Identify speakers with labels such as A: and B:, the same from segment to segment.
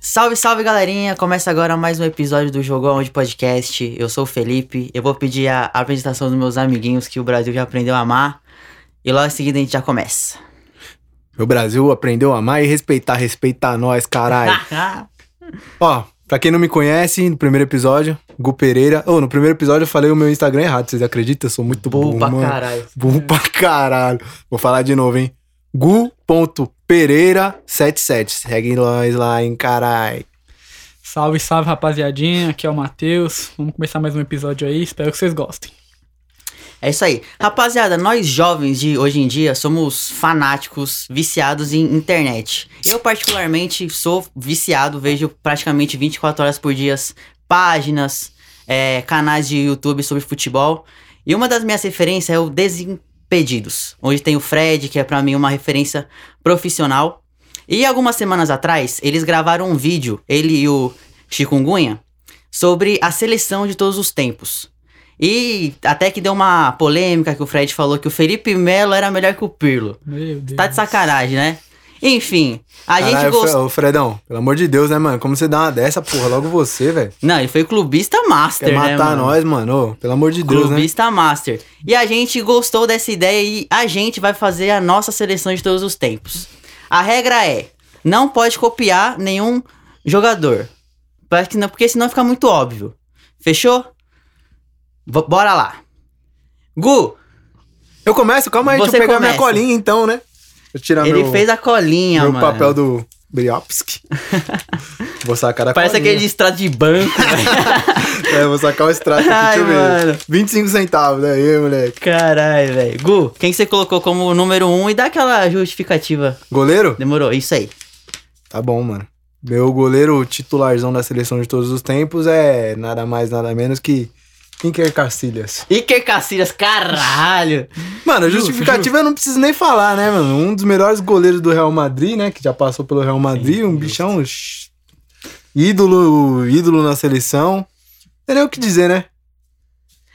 A: Salve, salve galerinha! Começa agora mais um episódio do Jogão de Podcast. Eu sou o Felipe. Eu vou pedir a apresentação dos meus amiguinhos que o Brasil já aprendeu a amar. E logo em seguida a gente já começa.
B: Meu Brasil aprendeu a amar e respeitar, respeitar nós, caralho. Ó, pra quem não me conhece, no primeiro episódio, Gu Pereira. Ô, no primeiro episódio eu falei o meu Instagram errado, vocês acreditam? Eu sou muito
A: Bom
B: burro,
A: pra
B: mano.
A: caralho.
B: Burro pra caralho. Vou falar de novo, hein? Gu.pereira77. Segue nós lá, hein, caralho.
C: Salve, salve rapaziadinha, aqui é o Matheus. Vamos começar mais um episódio aí, espero que vocês gostem.
A: É isso aí. Rapaziada, nós jovens de hoje em dia somos fanáticos, viciados em internet. Eu, particularmente, sou viciado, vejo praticamente 24 horas por dia páginas, é, canais de YouTube sobre futebol. E uma das minhas referências é o Desimpedidos, onde tem o Fred, que é pra mim uma referência profissional. E algumas semanas atrás, eles gravaram um vídeo, ele e o Chikungunya, sobre a seleção de todos os tempos. E até que deu uma polêmica que o Fred falou que o Felipe Melo era melhor que o Pirlo.
C: Meu Deus.
A: Tá de sacanagem, né? Enfim, a gente
B: Caralho,
A: gostou.
B: Fre- Ô, Fredão, pelo amor de Deus, né, mano? Como você dá uma dessa, porra? Logo você, velho.
A: Não, ele foi clubista master,
B: Quer
A: né,
B: matar
A: mano?
B: nós, mano? Ô, pelo amor de Deus, né?
A: Clubista Master. E a gente gostou dessa ideia e a gente vai fazer a nossa seleção de todos os tempos. A regra é: não pode copiar nenhum jogador. Pra que não- Porque senão fica muito óbvio. Fechou? V- bora lá. Gu,
B: Eu começo? Calma aí, deixa
A: Você
B: eu pegar minha
A: começa.
B: colinha então, né? Deixa eu tirar
A: ele
B: meu...
A: fez a colinha,
B: Meu
A: mano.
B: papel do Briopski. vou sacar a
A: Parece
B: colinha.
A: aquele extrato de banco.
B: É, vou sacar o extrato aqui,
A: Ai,
B: deixa eu ver.
A: mano.
B: 25 centavos, né? aí, moleque.
A: Caralho, velho. Gu, quem que você colocou como número um? E dá aquela justificativa.
B: Goleiro?
A: Demorou, isso aí.
B: Tá bom, mano. Meu goleiro titularzão da seleção de todos os tempos é nada mais, nada menos que Inker Cacilhas.
A: Iker Cacilhas, caralho.
B: Mano,
C: Justo,
B: justificativa eu não preciso nem falar, né, mano? Um dos melhores goleiros do Real Madrid, né? Que já passou pelo Real Madrid, um bichão sh- ídolo, ídolo na seleção. Não tem nem o que dizer, né?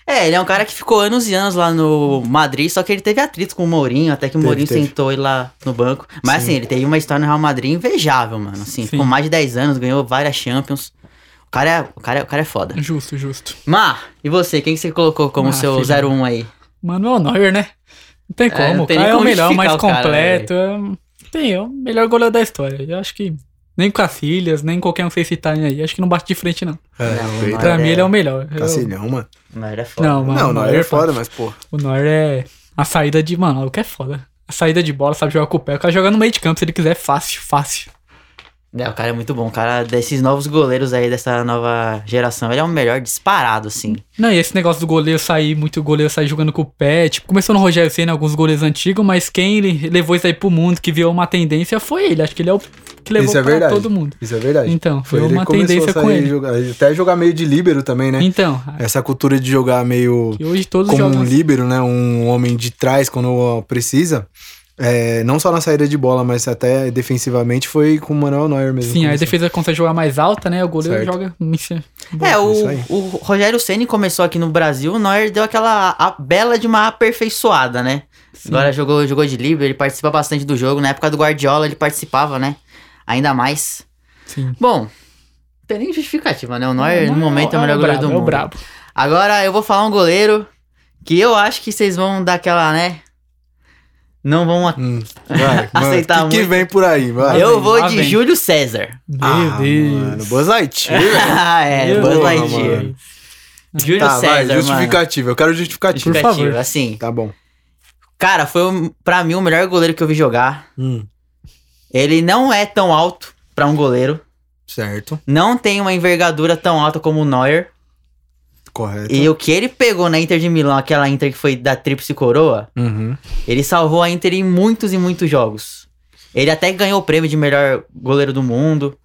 A: É, ele é um cara que ficou anos e anos lá no Madrid, só que ele teve atrito com o Mourinho, até que o
B: Teve,
A: Mourinho
B: teve.
A: sentou ele lá no banco. Mas
B: Sim.
A: assim, ele teve uma história no Real Madrid invejável, mano. Assim,
C: Sim.
A: ficou mais de 10 anos, ganhou várias Champions. O cara é, o cara é, o cara é foda.
C: Justo, justo.
A: Mar, e você? Quem que você colocou como
C: Ah,
A: seu
C: filho.
A: 01 aí?
C: Manuel Neuer, né? Não tem como,
A: não
C: o
A: tem
C: cara
A: nem
C: é o
A: como
C: melhor, o mais
A: justificar o cara,
C: completo. é- Tem, é o melhor goleiro da história. Eu acho que nem Cacilhas, nem qualquer um que vocês citarem aí, acho que não bate de frente, não.
B: É,
A: Não,
B: feito.
A: Mas
C: pra mim
A: é-
C: ele é o melhor. Eu-
B: Cacilhão, mano.
A: Não, era foda.
C: Não, mano.
B: Não,
C: o
B: não,
C: Neuer
B: ele é foda, mas, pô.
C: O Neuer é a saída de, mano, o que é foda. A saída de bola, sabe jogar com o pé. O cara joga no meio de campo se ele quiser, fácil, fácil.
A: É, o cara é muito bom. O cara desses novos goleiros aí, dessa nova geração, ele é o melhor disparado, assim.
C: Não, e esse negócio do goleiro sair, muito goleiro sair jogando com o pé, tipo, começou no Rogério Senna, alguns goleiros antigos, mas quem ele levou isso aí pro mundo, que virou uma tendência, foi ele. Acho que ele é o que levou
B: Isso é
C: pra
B: verdade.
C: todo mundo.
B: Isso é verdade.
C: Então, foi
B: ele
C: uma
B: que começou
C: tendência
B: a sair
C: com ele.
B: jogar- até jogar meio de líbero também, né?
C: Então,
B: Essa cultura de jogar meio
C: e hoje todos
B: como
C: jogam
B: um
C: assim.
B: líbero, né? Um homem de trás quando precisa. É, não só na saída de bola, mas até defensivamente foi com o Manuel Neuer mesmo.
C: Sim, aí a
B: começou.
C: defesa consegue jogar mais alta, né? O goleiro
B: um Certo.
C: joga em cima.
A: É,
B: isso
A: o,
B: aí.
A: o Rogério Ceni começou aqui no Brasil, o Neuer deu aquela a- bela de uma aperfeiçoada, né? Agora jogou, jogou de livre, ele participa bastante do jogo. Na época do Guardiola ele participava, né? Ainda mais.
C: Sim.
A: Bom, não tem nem justificativa, né? O Neuer, no momento, é o melhor goleiro
C: brabo,
A: do
C: É o
A: mundo.
C: brabo.
A: Agora eu vou falar um goleiro que eu acho que vocês vão dar aquela, né? Não vão... ac-
B: Hum, vai, mano,
A: Aceitar
B: que, que
A: muito.
B: vem por aí, vai.
A: eu
C: vem,
A: vou
C: lá
A: de
C: vem.
A: Júlio César.
C: Meu
B: Ah,
C: Deus.
B: mano, Buzz Lightyear.
A: ah, é,
C: Meu
A: Buzz
B: Porra,
A: Lightyear.
B: mano.
A: Júlio
B: Tá, vai,
A: É. César, mano.
B: justificativa. Eu quero justificativa.
C: Por favor.
A: Justificativa, assim...
B: Tá bom.
A: Cara, foi um- pra mim o melhor goleiro que eu vi jogar.
B: Hum,
A: Ele não é tão alto pra um goleiro.
B: certo,
A: Não tem uma envergadura tão alta como o Neuer.
B: correto.
A: E o que ele pegou na Inter de Milão, aquela Inter que foi da Tríplice Coroa,
B: Uhum.
A: ele salvou a Inter em muitos e muitos jogos. Ele até ganhou o prêmio de melhor goleiro do mundo.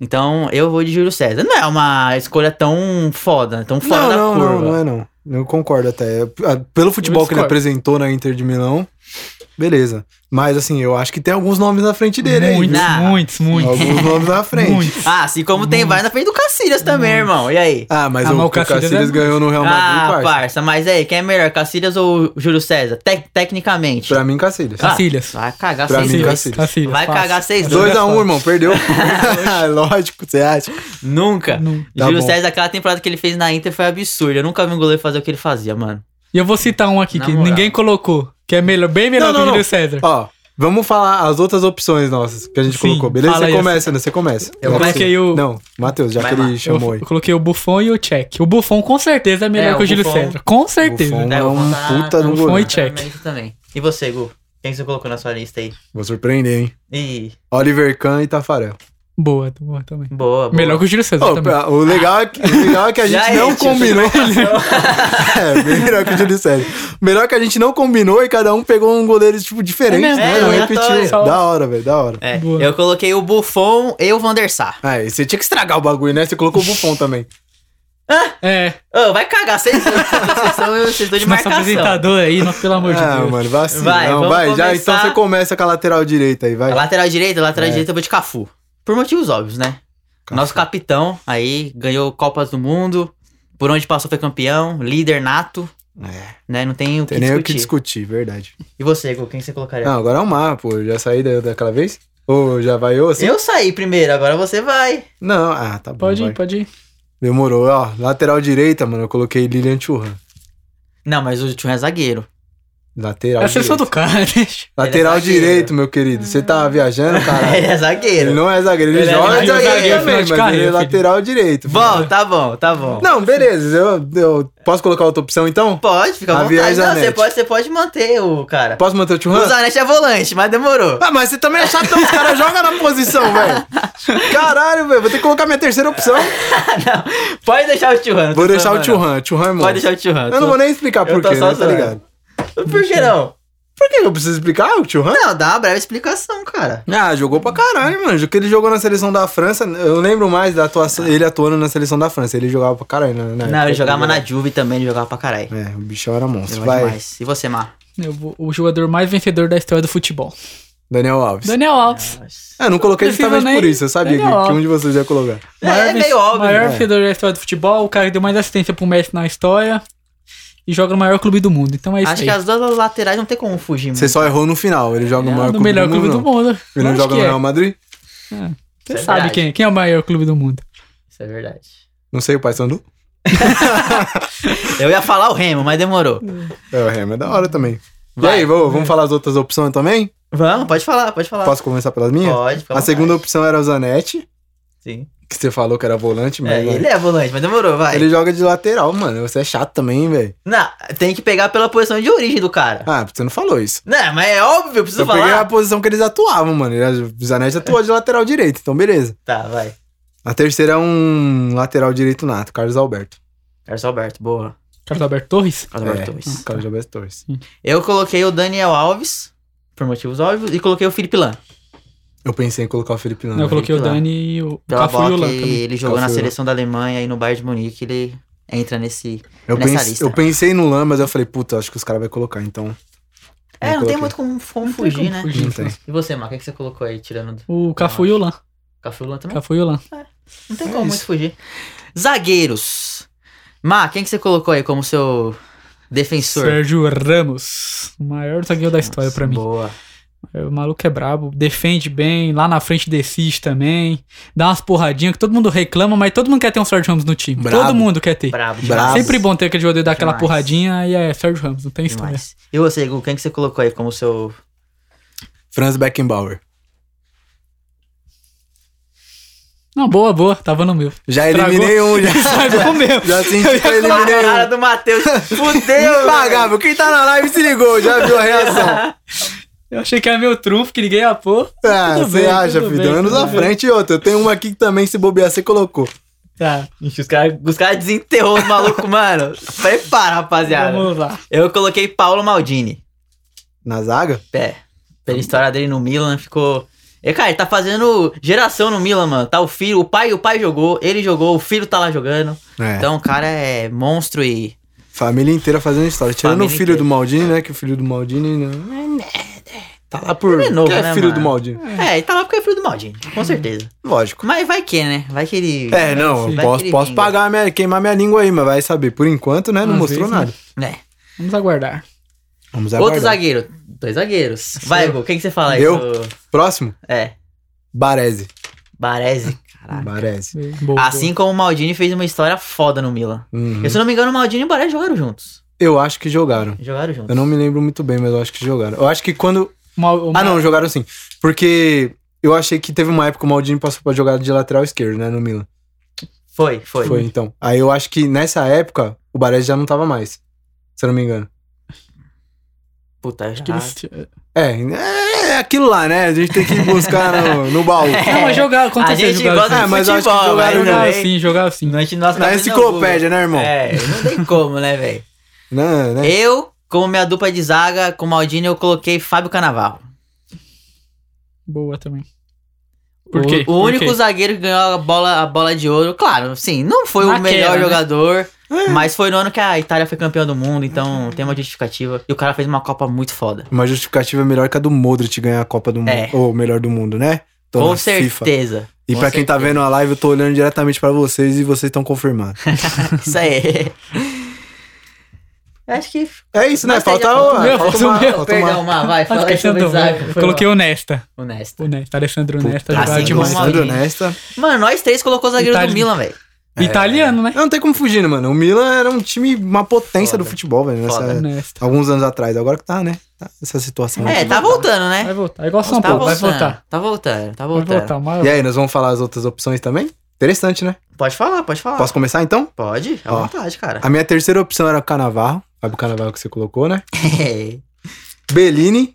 A: Então, eu vou de Júlio César. Não é uma escolha tão foda, tão fora
B: Não,
A: da
B: não,
A: curva.
B: não, não é não. Eu concordo até. Ah, Pelo futebol que ele
C: discordo.
B: apresentou na Inter de Milão, beleza. Mas assim, eu acho que tem alguns nomes na frente dele aí.
C: muitos,
A: Não.
C: muitos, muitos,
B: Alguns nomes na frente.
C: muitos.
A: Ah, assim como tem vai na frente do Cacilhas também, irmão. E aí?
B: Ah, mas
C: Ah,
B: o,
C: mas
B: o
C: o Cacilhas
B: Cacilhas
C: é-
B: ganhou no Real Madrid,
A: Ah,
B: um parça.
A: parça, mas aí, quem é melhor, Cacilhas ou Júlio César? Tec- tecnicamente.
B: Pra mim, Cacilhas.
A: Ah,
C: Cacilhas.
A: Vai cagar
B: Pra
A: seis
B: mim,
A: dois.
B: Cacilhas.
C: Cacilhas,
A: Vai
C: fácil.
A: cagar seis dois.
B: 2x1,
C: é
B: um, irmão, perdeu. Lógico, você acha?
A: Nunca.
C: Não.
B: Tá
A: Júlio
B: bom.
A: César, aquela temporada que ele fez na Inter foi absurda. Eu nunca vi um goleiro fazer o que ele fazia, mano.
C: E eu vou citar um aqui
A: Na
C: que
A: moral.
C: ninguém colocou, que é melhor, bem melhor
B: Não,
C: que
B: não,
C: o
B: não.
C: Júlio César.
B: Ó, vamos falar as outras opções nossas que a gente
C: É. Sim,
B: colocou, beleza?
C: fala
B: Você
C: aí,
B: começa, né? Você começa.
A: Eu
B: Não,
C: coloquei
B: você.
C: o-
B: Não, Matheus, já
A: Vai
B: que ele
A: lá.
B: chamou
C: eu,
B: aí.
C: eu coloquei o Buffon e o Check. O Buffon com certeza é melhor
A: É,
C: que
A: o
C: o Júlio
A: Buffon-
C: César. Com certeza.
B: Buffon. Não,
A: É, eu vou
B: um
A: contar
B: puta de um
A: também
B: goleiro.
C: Foi check.
A: isso também. E você, Gu? Quem você colocou na sua lista aí?
B: Vou surpreender, hein?
A: Ih,
B: Oliver Kahn e Tafarel.
C: Boa, boa também.
A: boa, boa.
C: Melhor que o Júlio César
B: Ô,
C: também.
B: pra- o, legal é que, o legal é que a
A: Já
B: gente
A: é,
B: não
A: tio,
B: combinou. é, bem melhor que o Júlio César. Melhor que a gente não combinou e cada um pegou um goleiro tipo diferente,
C: É mesmo,
B: né?
A: é,
B: não
A: aleatório.
B: repetiu.
C: Só-
B: Da hora, velho, da hora.
A: É,
C: Boa.
A: eu coloquei o Buffon e o Van der Sar.
B: Ah, e você tinha que estragar o bagulho, né? Você colocou o Buffon também.
C: É,
A: Ô, vai cagar, vocês dois, vocês são vocês dois de
C: nosso
A: marcação.
C: apresentador aí, nosso, pelo amor de
B: ah,
C: Deus.
B: mano, vacina.
A: Vai,
B: Não,
A: vamos
B: vai, já
A: começar-
B: então você começa com a lateral direita aí, vai.
A: A lateral direita, a lateral
B: É.
A: direita eu vou de Cafu. Por motivos óbvios, né?
B: Cafu.
A: Nosso capitão aí ganhou Copas do Mundo, por onde passou foi campeão, líder nato,
B: É,
A: né? Não tem o que
B: tem nem o
A: discutir.
B: que discutir, verdade.
A: E você, Gu, quem você colocaria?
B: Não, agora é o Mar, pô. Já saí da, daquela vez? Ou já vai eu? Assim?
A: Eu saí primeiro, agora você vai.
B: Não, ah, tá bom.
C: Pode
B: vai.
C: ir, pode ir.
B: Demorou, ó. Lateral direita, mano, eu coloquei Lilian Churran.
A: Não, mas o Tchum é zagueiro.
B: Lateral
C: É a
B: direita.
C: seleção do cara, né?
B: Lateral
A: Ele é zagueiro.
B: direito, meu querido. Você tá viajando,
A: Ele
B: caralho?
A: é zagueiro.
B: ele não é zagueiro, ele,
A: Ele é
B: joga
A: zagueiro,
B: zagueiro,
A: zagueiro,
B: também,
C: final
B: mas
C: de carreira,
B: ele é
C: filho.
B: lateral direito.
A: Bom, tá bom, tá bom.
B: Não, beleza. Eu, eu posso colocar outra opção então?
A: Pode, fica à
B: Javier
A: vontade. Não,
B: Zanetti.
A: você pode, você pode manter o cara.
B: Posso manter o Churran?
A: O Zanetti é volante, mas demorou.
B: Ah, mas você também é chatão, os caras jogam na posição, velho. Caralho, velho, vou ter que colocar minha terceira opção.
A: Não, pode deixar o Tchurran.
B: Vou deixar o Churran, Churran é
A: Pode
B: mano.
A: deixar o Tchurran.
B: Eu não vou nem explicar
A: Eu
B: por
A: tô
B: quê,
A: só
B: né, tá
A: zoando.
B: ligado?
A: Por que não?
B: Por que eu preciso explicar o Churran?
A: Não, dá uma breve explicação, cara.
B: Ah, jogou pra caralho, mano. Que ele jogou na seleção da França, eu lembro mais da atuação, ele atuando na seleção da França. Ele jogava pra caralho, né?
A: Não, ele jogava na Juve também, ele jogava pra caralho.
B: É, o bichão era monstro.
A: Jogava
B: Vai,
A: demais. E você, Mar?
C: Eu vou- o jogador mais vencedor da história do futebol.
B: Daniel Alves.
C: Daniel Alves.
B: Ah, não coloquei
C: Não precisa
B: justamente por
C: nem-
B: isso. Eu sabia que,
C: Daniel
B: que um
C: Alves.
B: de vocês ia colocar.
A: É, é
C: ven-
A: meio óbvio,
C: Maior
B: né?
C: vencedor da história do futebol, o cara que deu mais assistência pro Messi na história e joga no maior clube do mundo. Então é isso
A: Acho
C: aí.
A: que as duas laterais não tem como fugir muito.
B: Você só errou no final. Ele joga no maior
C: do
B: clube
C: melhor
B: do
C: clube
B: mundo.
C: do
B: não.
C: mundo.
B: Ele não
C: Lógico
B: joga
C: que
B: no
C: é.
B: Real Madrid?
C: Você
A: Isso é
C: sabe
A: verdade.
C: quem, quem é o maior clube do mundo.
A: Isso é verdade.
B: Não sei, o Paysandu?
A: Eu ia falar o Remo, mas demorou.
B: É, o Remo é da hora também.
A: Vai.
B: e aí, vamos, vamos falar as outras opções também?
A: Vamos, pode falar, pode falar.
B: Posso começar pelas minhas?
A: Pode, fica à
B: a
A: vontade.
B: segunda opção era o Zanetti,
A: Sim.
B: que você falou que era volante, mas.
A: É,
B: né?
A: ele é volante, mas demorou, vai.
B: Ele joga de lateral, mano. Você é chato também, velho.
A: Não, tem que pegar pela posição de origem do cara.
B: Ah, você não falou isso.
A: Não, mas é óbvio, eu preciso
B: eu peguei a
A: falar.
B: posição que eles atuavam, mano. Ele- O Zanetti atuou de lateral direito, então beleza.
A: Tá, vai.
B: A terceira é um lateral direito nato, Carlos Alberto.
A: Carlos Alberto, boa.
C: Carlos Alberto Torres?
A: Carlos Alberto
B: É,
A: Torres. Tá.
B: Carlos Alberto Torres.
A: Eu coloquei o Daniel Alves, por motivos óbvios, e coloquei o Felipe Lan.
B: Eu pensei em colocar o Felipe Lano.
C: Não, eu coloquei o
A: Lan.
C: Dani e o
A: Pela
C: Cafu e o
A: bola
C: Lan
A: que
C: também.
A: ele jogou na
B: Cafu e o Lan.
A: seleção da Alemanha e no Bayern de Munique, ele entra nesse...
B: eu,
A: nessa
B: pense-
A: lista.
B: eu pensei no Lan, mas eu falei, puta, acho que os caras vão colocar, então.
A: É, não
B: coloquei.
A: tem muito como, como
C: Não tem
A: fugir,
C: como
A: né?
C: fugir,
B: Não tem.
C: né?
A: E você, Mar, o que, que você colocou aí, tirando do
C: O Cafu e o Lan.
A: Cafu e o Lan também?
C: Cafu e o Lan.
A: Não tem
B: É
A: como
B: isso.
A: muito fugir. Zagueiros. Mar, quem que você colocou aí como seu defensor?
C: Sérgio Ramos. O maior zagueiro da história pra mim.
A: Boa.
C: O maluco é brabo, defende bem, lá na frente decide também, dá umas porradinhas que todo mundo reclama, mas todo mundo quer ter um Sérgio Ramos no time.
B: Brabo.
C: Todo mundo quer ter.
A: Brabo
B: Brabo.
A: demais.
C: Sempre bom ter aquele jogador dar aquela
A: Demais.
C: porradinha e é Sérgio Ramos, não tem história.
A: demais. E você, Gu, quem que você colocou aí como seu...
B: Franz Beckenbauer.
C: Não, boa, boa, tava no meu.
B: Já
C: Estragou.
B: eliminei um, já.
C: Estragou o meu.
B: Já senti que eu
A: A
B: eliminei
A: cara
B: um.
A: do Matheus.
C: tá
A: Fudeu.
B: Impagável. Quem tá na live se ligou, já viu a reação.
C: Eu achei que era meu trunfo, que ninguém ia pôr.
B: Ah,
C: Tudo
B: você
C: bem,
B: acha,
C: tudo
B: filho?
C: bem,
B: Anos
C: tudo
B: à
C: bem.
B: frente e outra. Eu tenho uma aqui que também, se bobear, você colocou.
C: Tá,
A: Ixi, os caras os cara desenterrou os malucos, mano. Prepara, rapaziada.
C: vamos lá.
A: Eu coloquei Paulo Maldini.
B: Na zaga?
A: Pé. Pela É, história dele no Milan, ficou... E, cara, ele tá fazendo geração no Milan, mano. Tá o filho, o pai, o pai jogou, ele jogou, o filho tá lá jogando.
B: É.
A: Então o cara é monstro e
B: Família inteira fazendo história. Tirando
D: Família
B: o filho
D: inteira.
B: do Maldini, né? Que o filho do Maldini. Né? Tá lá por.
D: Ele é novo,
B: que é
D: né,
B: filho
D: mano?
B: do Maldini.
D: É, ele tá lá porque é filho do Maldini, com certeza.
B: Lógico.
A: Mas vai que, né? Vai que ele.
B: É, não,
A: Vai
B: eu
A: que
B: posso,
A: ele
B: posso
A: vinga.
B: pagar, a minha, queimar minha língua aí, mas vai saber. Por enquanto, né? Não
C: Às
B: mostrou
C: vezes,
B: nada.
A: É.
C: Vamos aguardar.
B: Vamos
A: Outro
B: aguardar.
A: zagueiro. Dois zagueiros. Vai, Gu, o que, que você fala aí?
B: Eu?
A: do-
B: Próximo,
A: É.
B: Baresi.
A: Baresi.
D: Tá.
A: Caraca.
B: Baresi.
C: Boa,
A: Assim como o Maldini fez uma história foda no Milan.
B: Uhum.
A: Eu, se não me engano, o Maldini e o Baresi jogaram juntos.
B: Eu acho que jogaram.
A: Jogaram
B: Eu
A: juntos.
B: não me lembro muito bem, mas eu acho que jogaram. Eu acho que quando.
C: Boa. Uma- uma-
B: Ah, não, jogaram sim. Porque eu achei que teve uma época que o Maldini passou pra jogar de lateral esquerdo, né? No Milan.
A: Foi, foi.
B: Foi, então. Aí eu acho que nessa época, o Baresi já não tava mais. Se eu não me engano.
A: Puta, ah. acho
C: que
A: que
C: ele-
B: É, é, é aquilo lá, né? A gente tem que buscar no, no baú.
A: É,
C: Não, mas jogar,
A: A
C: aconteceu
A: gente
C: jogar
A: gosta
C: assim.
A: de
B: É, mas eu acho que
A: futebol,
B: jogaram
A: mas é.
C: Jogar
A: também-
C: assim, jogar assim.
A: A gente, nossa,
B: Na
A: não
B: é enciclopédia, né, irmão?
A: tá Google. É, não tem como, né, velho?
B: Não, né?
A: Eu, como minha dupla de zaga, com o Maldini, eu coloquei Fábio Canavarro.
C: Boa também. Por quê?
A: O, o
C: Por
A: único
C: quê?
A: zagueiro que ganhou a bola, a bola de ouro. Claro, sim, não foi o
C: Naquela,
A: melhor
C: né?
A: jogador,
B: É.
A: mas foi no ano que a Itália foi campeã do mundo, então tem uma justificativa. E o cara fez uma Copa muito foda.
B: Uma justificativa é melhor que a do Modric ganhar a Copa do Mundo.
A: É.
B: Ou melhor do mundo, né? Tô
A: com
B: na FIFA.
A: certeza.
B: E
A: com
B: pra quem tá vendo a live, eu tô olhando diretamente pra vocês e vocês estão confirmando.
A: Isso aí. Acho que.
B: É isso, né?
A: Nossa,
B: Falta
A: já-
B: o.
C: Meu, falta o meu.
B: falta uma-
A: Perdão, Mar, vai,
C: Ah,
A: fala aí
C: esqueci
A: sobre
C: do
A: o zaga. foi
C: Coloquei
A: mal.
C: honesta.
A: Honesto.
C: Honesta, Alessandro
A: Puta,
C: Honesta. jogava
A: assim,
B: Sendo
A: demais,
C: demais.
A: vamos
B: honesta,
A: hein?
B: honesta.
A: Mano, nós três colocou o zagueiro
C: Itália.
A: do Milan, velho.
C: Italiano, né?
B: Não tem como fugir, né, mano? O Milan era um time, uma potência
A: Foda.
B: do futebol, velho. nessa-
A: Foda.
C: Honesta.
B: Alguns anos atrás. Agora que tá, né? Tá essa situação.
A: É,
B: aqui.
A: tá voltando, né?
C: Vai voltar. É igual São
A: Tá
C: Paulo, vai
A: voltando,
C: voltar.
A: Tá voltando, tá
C: Vai
A: voltando.
C: voltar. Mas...
B: E aí, nós vamos falar as outras opções também? Interessante, né?
A: Pode falar, pode falar.
B: Posso começar então?
A: Pode, à
B: Ó.
A: vontade, cara.
B: A minha terceira opção era o Canavarro. Sabe o Canavarro que você colocou, né?
A: É.
B: Bellini.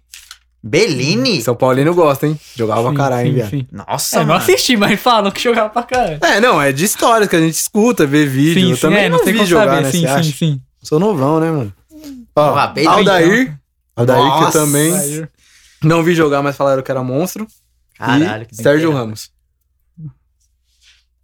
A: Bellini?
B: São Paulino gosta, hein? Jogava
C: Sim,
B: caralho, hein,
C: sim,
B: viado?
C: sim.
A: Nossa,
C: É, não
A: mano.
C: assisti, mas falam que jogava pra caralho.
B: É, não, é de histórias que a gente escuta, vê vídeo. eu também
C: é,
B: não, vi jogar, né?
C: Sim,
B: você acha?
C: sim, sim.
B: Sou novão, né, mano? Ó,
A: Ah, bem
B: Aldair. Aldair que
A: Nossa.
B: eu também
C: Aldair.
B: não vi jogar, mas falaram que era monstro.
A: Caralho,
B: e Sérgio
A: doideira.
B: Ramos.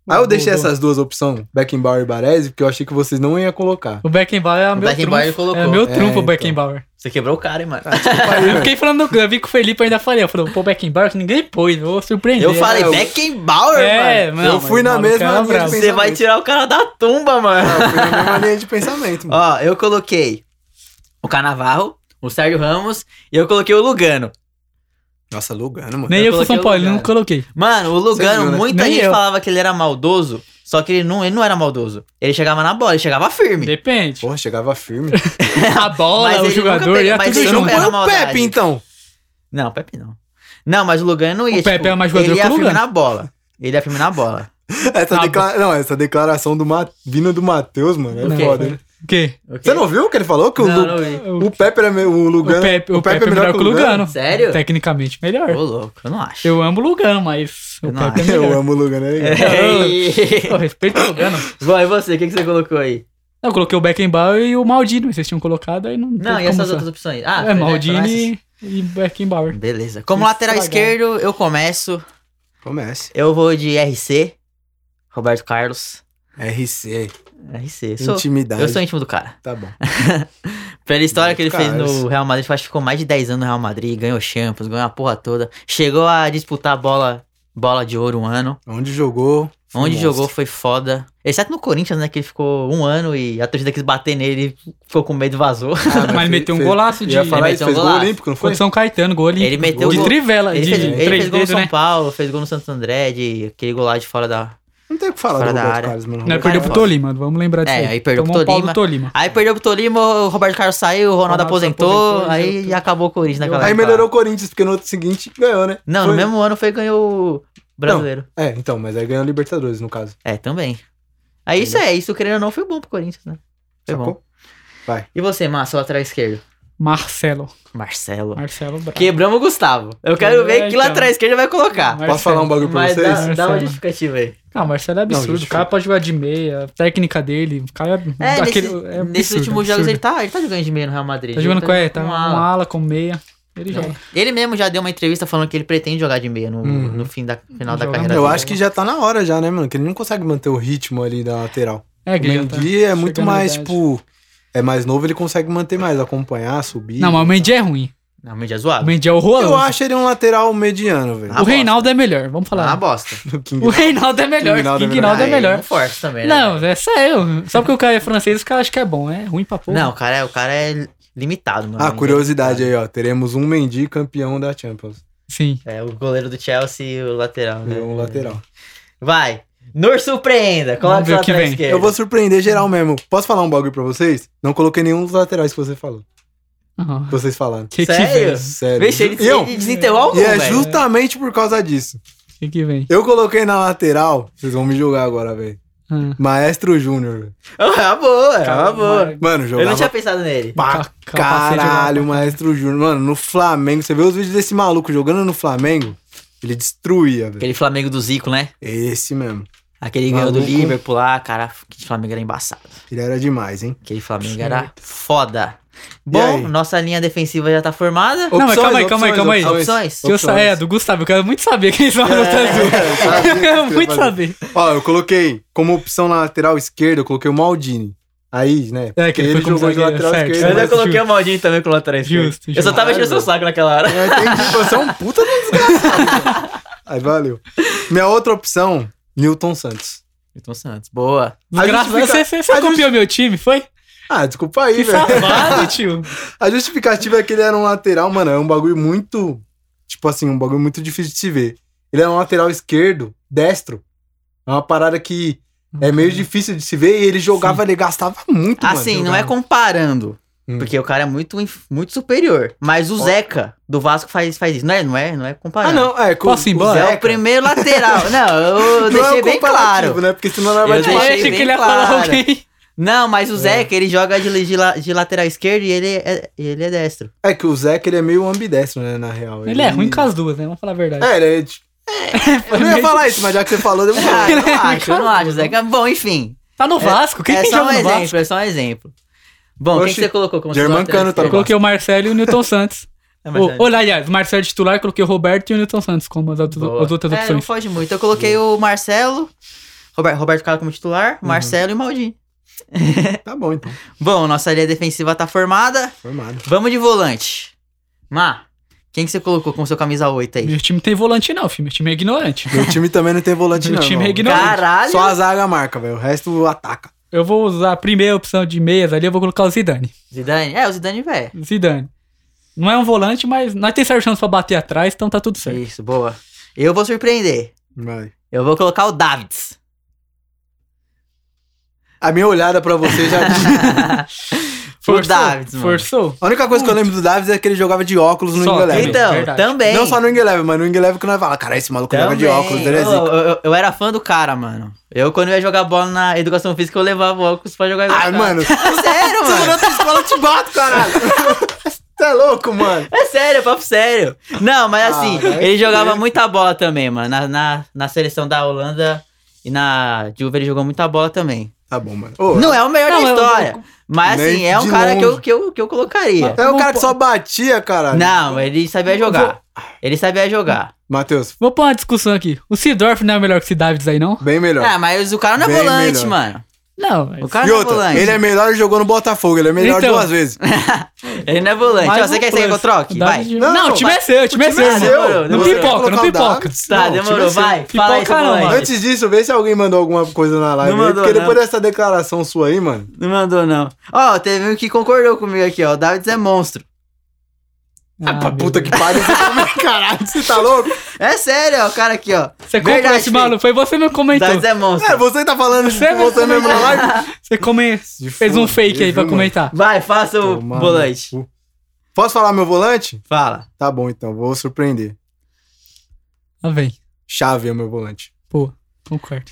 B: Aí eu deixei
C: Boa, boa.
B: essas duas opções, Beckenbauer e Baresi, porque eu achei que vocês não iam colocar.
C: O Beckenbauer é o meu
A: Beckenbauer
C: trunfo.
A: colocou.
C: É meu
B: É,
C: trunfo, o
B: então.
C: Beckenbauer.
A: Você quebrou o cara, hein, mano.
B: Ah,
C: Eu fiquei falando, do- eu vi que o Felipe ainda falei, eu falei, pô, Beckenbauer que ninguém pôs, é, eu vou surpreender.
A: Eu falei,
B: eu-
A: Beckenbauer,
C: é,
A: mano.
C: mano.
B: Eu fui
C: mas
B: na
C: o maluco
B: mesma
C: era
B: linha de
C: bravo.
B: pensamento.
A: Você vai tirar o cara da tumba, mano.
B: Ah, foi na mesma linha de pensamento, mano.
A: Ó, eu coloquei o Canavarro, o Sérgio Ramos e eu coloquei o Lugano.
B: Nossa, Lugano, mano.
C: Nem eu
A: Eu
C: fui São
A: coloquei o
C: Paulo, não
A: Lugano.
C: coloquei.
A: Mano, o Lugano,
B: viu, né?
A: muita
C: Nem
A: gente
C: eu.
A: falava que ele era maldoso, só que ele não, ele não era maldoso. Ele chegava na bola, ele chegava firme.
C: Depende.
B: Porra, chegava firme.
C: A bola,
A: Mas
C: o
A: ele nunca
C: jogador,
A: pegou-
C: ia
A: mas
C: tudo
A: ele
B: Você não
A: nunca-
C: junto.
A: era
B: põe o
A: maldade.
B: Pepe, então.
A: Não, o Pepe não. Não, mas o Lugano não ia. tipo,
C: O Pepe é mais jogador
A: Ele
C: que
A: ia
C: o
A: firme
C: Lugano.
A: na bola. Ele ia firme na bola.
B: Essa,
C: Tá
B: declara- não, essa declaração do Ma... vindo do Matheus, mano, é
A: Ok.
B: foda. né?
C: O quê?
B: Você não viu o que ele falou? Que o,
A: Não,
B: Lu-
A: não vi.
B: O Pepe era me- o Lugano.
C: O Pepe, o Pepe é melhor que o Lugano.
A: Sério?
C: Tecnicamente melhor.
A: Ô, louco, eu não acho.
C: Eu amo o Lugano, mas o
A: Eu não
C: Pepe é
A: acho.
C: melhor.
B: Eu amo o Lugano, é legal.
A: Ei.
C: Eu respeito o Lugano.
A: Bom, e você? O que, que você colocou aí?
C: Não, eu coloquei o Beckenbauer e o Maldini, vocês tinham colocado aí não
A: Não,
C: teve
A: e essas
C: como usar.
A: outras opções? Ah,
C: É,
A: foi- foram
C: Maldini
A: essas?
C: e Beckenbauer.
A: Beleza. Como lateral
C: Estragado.
A: esquerdo, eu começo.
B: Comece.
A: Eu vou de RC. Roberto Carlos.
B: RC.
A: RC. Sou,
B: Intimidade.
A: eu sou íntimo do cara.
B: Tá bom.
A: Pela história que ele fez
B: Roberto
A: no
B: Carlos.
A: Real Madrid, eu acho que ficou mais de 10 anos no Real Madrid, ganhou Champions, ganhou a porra toda. Chegou a disputar a bola, bola de ouro um ano.
B: Onde jogou? foi
A: Onde
B: um
A: jogou
B: monstro.
A: foi foda. Exceto no Corinthians, né? Que ele ficou um ano e a torcida quis bater nele, ficou com medo e vazou.
B: Ah,
C: Mas
B: fe-
C: meteu um
B: fez-
C: golaço
B: Eu
C: de.
B: Ia falar
A: Ele meteu
B: isso,
A: um
B: fez gol
A: golaço.
B: olímpico, não
C: Foi
B: foi?
C: de São Caetano, gol ali.
A: Ele meteu
C: de
A: gol-
C: trivela,
A: Ele
C: de
A: fez, ele
C: três
A: fez gol no
C: dedos,
A: São
C: né?
A: Paulo, fez gol no Santo André, de aquele gol lá de fora da.
B: Não tem o que falar
A: Fora
B: do
A: da
B: Roberto
A: área.
B: Carlos, mano.
C: Não,
B: Roberto
C: perdeu
B: Carlos.
C: pro Tolima, vamos lembrar disso.
A: É, aí perdeu pro
C: Tomou um pau do
A: Tolima.
C: Tolima.
A: Aí perdeu pro Tolima, o Roberto Carlos saiu, o É. Ronaldo
C: Ronaldo
A: aposentou,
C: aposentou,
A: aí
C: zerou tudo.
A: acabou o Corinthians naquela
B: Aí
A: época.
B: melhorou o Corinthians, porque no outro seguinte ganhou, né?
A: Não,
B: Foi-
A: no mesmo ano foi ganhou o brasileiro.
B: É, então, mas aí ganhou o Libertadores, no caso.
A: É, também. Aí isso é, isso querendo ou não foi bom pro Corinthians, né? Foi bom.
B: Sacou?
A: E você, Márcio, lateral esquerdo?
C: Marcelo.
A: Marcelo.
C: Marcelo Braga.
A: Quebramos o Gustavo. Eu quero
C: É,
A: ver que
C: então.
A: lateral esquerdo vai colocar.
C: Marcelo.
B: Posso falar um bagulho pra
A: Mas
B: vocês?
A: dá, dá uma
C: Marcelo.
A: justificativa aí.
C: Ah, Marcelo é absurdo.
B: Não,
C: o cara pode jogar de meia, a técnica dele. O cara é.
A: É,
C: aquele-
A: nesses,
C: é
A: nesses
C: absurdo,
A: últimos
C: absurdo.
A: jogos ele tá, ele tá jogando de meio no Real Madrid.
C: Tá jogando com, é, tá
A: com
C: com
A: ala. É.
C: uma ala, com meia. Ele joga.
A: Ele mesmo já deu uma entrevista falando que ele pretende jogar de meia no,
B: Uhum.
A: no fim da, final da
C: Joga
A: carreira
B: Eu
C: mesmo.
A: dele.
B: acho que já tá na hora já, né, mano? Que ele não consegue manter o ritmo ali da lateral.
C: É,
B: O Mendy é muito mais, tipo... é mais novo, ele consegue manter mais, acompanhar, subir.
C: Não, mas o Mendy é ruim.
A: Não, mas é
C: O
A: zoado.
C: Mendy é horroroso.
B: Eu acho ele um lateral mediano, velho.
A: Ah,
C: o
A: bosta.
C: Reinaldo é melhor, vamos
A: Tá uma
C: falar.
A: bosta.
B: O King-
C: o Reinaldo é melhor, o
B: Quignaldo é
C: Quignaldo é
B: melhor.
C: melhor.
A: Não força também, né?
C: Não, é sério. Só porque o cara é francês, o cara acha que é bom. É ruim pra porra.
A: Não, o cara, é, o cara é limitado, mano.
B: Ah, curiosidade aí, ó. Teremos um Mendy campeão da Champions.
C: Sim.
A: É o goleiro do Chelsea e o lateral,
B: E
A: né?
B: um lateral.
A: Vai. Nor surpreenda.
C: Vamos
A: Coloca
C: ver
A: o
C: o que
A: lateral
C: vem.
A: esquerdo.
B: Eu vou surpreender geral mesmo. Posso falar um bagulho pra vocês? Não coloquei nenhum dos laterais que você falou.
C: Ah,
B: Que vocês falaram.
C: Que que
A: Sério?
C: vem?
B: Sério.
A: Vixe, ele,
B: E eu-
A: ele desenterrou algum,
B: E é
A: velho.
B: justamente por causa disso.
C: Que que vem?
B: Eu coloquei na lateral, vocês vão me julgar agora, velho.
C: Ah.
B: Maestro Júnior. velho.
A: É uma boa, é uma boa.
B: Mano,
A: Eu não
B: jogava
A: tinha pensado nele.
B: pra
C: Ca- capacete
B: caralho
C: jogava
B: o Maestro Júnior. Mano, no Flamengo, você vê os vídeos desse maluco jogando no Flamengo, ele destruía, velho.
A: Aquele Flamengo do Zico, né?
B: Esse mesmo.
A: Aquele ganhou do
B: Maluco.
A: Liverpool lá, cara. Que Flamengo era embaçado.
B: Ele era demais, hein?
A: Aquele Flamengo era foda. Bom,
B: aí?
A: nossa linha defensiva já tá formada.
C: mas calma aí, calma aí, calma aí.
A: Opções.
C: Se eu sa- é, do Gustavo, eu quero muito saber quem são as
A: É.
C: outras
B: É,
C: duas. Eu quero muito saber.
B: Ó, eu coloquei como opção na lateral esquerda, eu coloquei o Maldini. Aí, né?
C: É, que ele foi como zagueiro, certo.
A: Eu ainda
C: Mas é
A: coloquei
C: justo.
A: o Maldinho também com o lateral esquerdo.
C: Justo,
A: Eu só
C: justo.
A: tava enchendo seu saco naquela hora.
B: É, entendi. Você é um puta de um desgraçado. Aí valeu. Minha outra opção, Newton Santos.
A: Milton Santos, boa.
B: A
C: Graças a
B: justifica-
C: você, você, você
B: a
C: copiou meu time, foi?
B: Ah, desculpa aí,
C: Que
B: velho.
C: safado, tio.
B: A justificativa é que ele era um lateral, mano. É um bagulho muito. Tipo assim, um bagulho muito difícil de se ver. Ele era um lateral esquerdo, destro. É uma parada que é meio
C: Uhum.
B: difícil de se ver e ele jogava, ele gastava muito, mano.
A: Assim, não
B: jogava.
A: é comparando.
B: Hum.
A: Porque o cara é muito, inf- muito superior. Mas o Zeca do Vasco faz, faz isso. Não é, não é, não é
B: Ah,
A: comparando.
B: não, é. Com,
C: Posso ir
B: com
C: embora?
B: Zeca.
A: É o primeiro lateral. Não, eu
B: Não é
A: deixei
B: um
A: bem
B: comparativo,
A: claro.
B: Né? Porque senão ela vai
A: Eu
B: te
C: Eu
A: deixei
C: achei que
A: bem
C: ele é ia
A: claro.
C: falar alguém.
A: Não, mas o Zeca, ele joga de, de la- de lateral esquerdo e ele é, ele é destro.
B: É que o Zeca, ele é meio ambidestro, né, na real.
C: Ele é ruim com as duas, né? Vamos falar a verdade.
B: É, ele é... tipo- eu não ia falar isso, mas já que você falou, um eu vou
A: Ah,
B: falar.
A: eu não acho, eu não acho, o Zeca. Bom, enfim.
C: Tá no Vasco? Quem
A: é
C: tem
A: só um
C: jogo no
A: exemplo,
C: Vasco?
A: é só um exemplo. Bom, quem
B: Oxi,
A: que você colocou como
B: German
A: lateral
B: Cano tá
C: Eu
A: esquerdo?
C: coloquei o Marcelo e o Nilton Santos.
A: É, mas é-
C: O- Olha, aliás, o Marcelo é titular, coloquei o Roberto e o Nilton Santos como as outras,
A: Boa.
C: as outras
A: É, não
C: opções.
A: foge muito. Eu coloquei o Marcelo, Roberto, Roberto Carlos como titular, Marcelo e Maldini.
B: Tá bom, então.
A: Bom, nossa linha defensiva tá formada.
B: Formado.
A: Vamos de volante. Má, quem que você colocou com seu camisa 8 aí?
C: Meu time não tem volante, não, filho. Meu time é ignorante.
B: Meu time também não tem volante,
C: Meu
B: não.
C: time é
B: irmão.
C: ignorante.
A: Caralho!
B: Só a zaga marca, velho. O resto ataca.
C: Eu vou usar a primeira opção de meias ali, eu vou colocar o Zidane.
A: Zidane? É, o Zidane, velho.
C: Zidane. Não é um volante, mas nós temos certa chance pra bater atrás, então tá tudo certo.
A: Isso, boa. Eu vou surpreender.
B: Vai.
A: Eu vou colocar o Davids.
B: A minha olhada pra você já... diz.
A: o Davids, mano.
C: Forçou?
B: A única coisa que eu lembro do Davis é que ele jogava de óculos no
C: Só,
B: Inglaterra.
C: Também,
A: Então,
C: verdade.
A: também.
B: Não só no Inglaterra, mas no Inglaterra que nós falamos, cara, esse maluco jogava de
A: Também.
B: óculos, ele é
A: eu,
B: zica.
A: eu- eu era fã do cara, mano. Eu, quando ia jogar bola na educação física, eu levava o óculos pra jogar igual
B: Ah,
A: o cara.
B: mano.
A: Sério,
B: Você
A: mano.
B: mudou tua escola, eu te bato, caralho. Você é louco, mano.
A: É sério, é papo sério. Não, mas
B: Ah,
A: assim,
B: vai
A: ele
B: ser.
A: jogava muita bola também, mano. Na, na, na seleção da Holanda e na Juve ele jogou muita bola também.
B: Tá bom, mano. Ô,
A: Não é o melhor
C: Não,
A: da
C: eu-
A: história, mas assim,
B: Nem
A: é um
B: de
A: cara que eu,
B: longe.
A: que, eu, que eu colocaria.
B: É o cara que só batia, caralho.
A: Não, ele sabia jogar. Ele sabia jogar.
B: Matheus,
C: Vou pôr uma discussão aqui. O Seedorf não é melhor que o Davids aí, não?
B: bem melhor.
A: Ah, mas o cara não é
B: Bem
A: volante,
B: melhor.
A: mano.
C: Não. mas-
A: O cara
B: E
A: não é
B: outra,
A: volante.
B: ele é melhor e jogou no Botafogo, ele é melhor
C: Então.
B: duas vezes.
A: Ele não é volante.
C: mais
A: Ó, você
C: um
A: quer você quer que eu
C: plus.
A: troque?
C: O
A: Vai.
C: Davids-
B: Não,
C: Não, o time é seu, o time é
B: Mas
C: seu,
B: é seu,
C: irmão.
A: demorou,
C: Não
B: você
C: pipoca,
B: vai
C: não
B: colocar o
C: pipoca.
B: Davids?
A: Tá,
B: Não, o time
A: demorou,
B: é seu.
A: vai.
C: Pipoca
A: Fala aí, seu
C: não,
A: volante.
C: mano.
B: Antes disso, vê se alguém mandou alguma coisa na live.
A: Não
B: aí,
A: mandou,
B: porque
A: não.
B: depois dessa declaração sua aí, mano.
A: Não mandou, não. Ó, teve um que concordou comigo aqui, ó. O Davids é monstro.
B: Ah, pra
C: meu
B: puta
C: Deus.
B: que pariu, você também, caralho, você tá louco?
A: É sério, ó, o cara aqui, ó.
C: Você comprou
A: Verdade,
C: esse maluco, então. foi você que não comentou.
A: Davids é monstro.
B: É, você tá falando
C: Você
B: de você mesmo na live?
C: Você come...
B: De
C: fez um
B: fuder,
C: fake aí
B: viu,
C: pra
B: mano?
C: comentar.
A: Vai, faça o
B: Tomar no
A: volante.
B: cu. Posso falar meu volante?
A: Fala.
B: Tá bom, então, vou surpreender.
C: Ah, vem.
B: Chave é o meu volante.
C: Pô, concordo.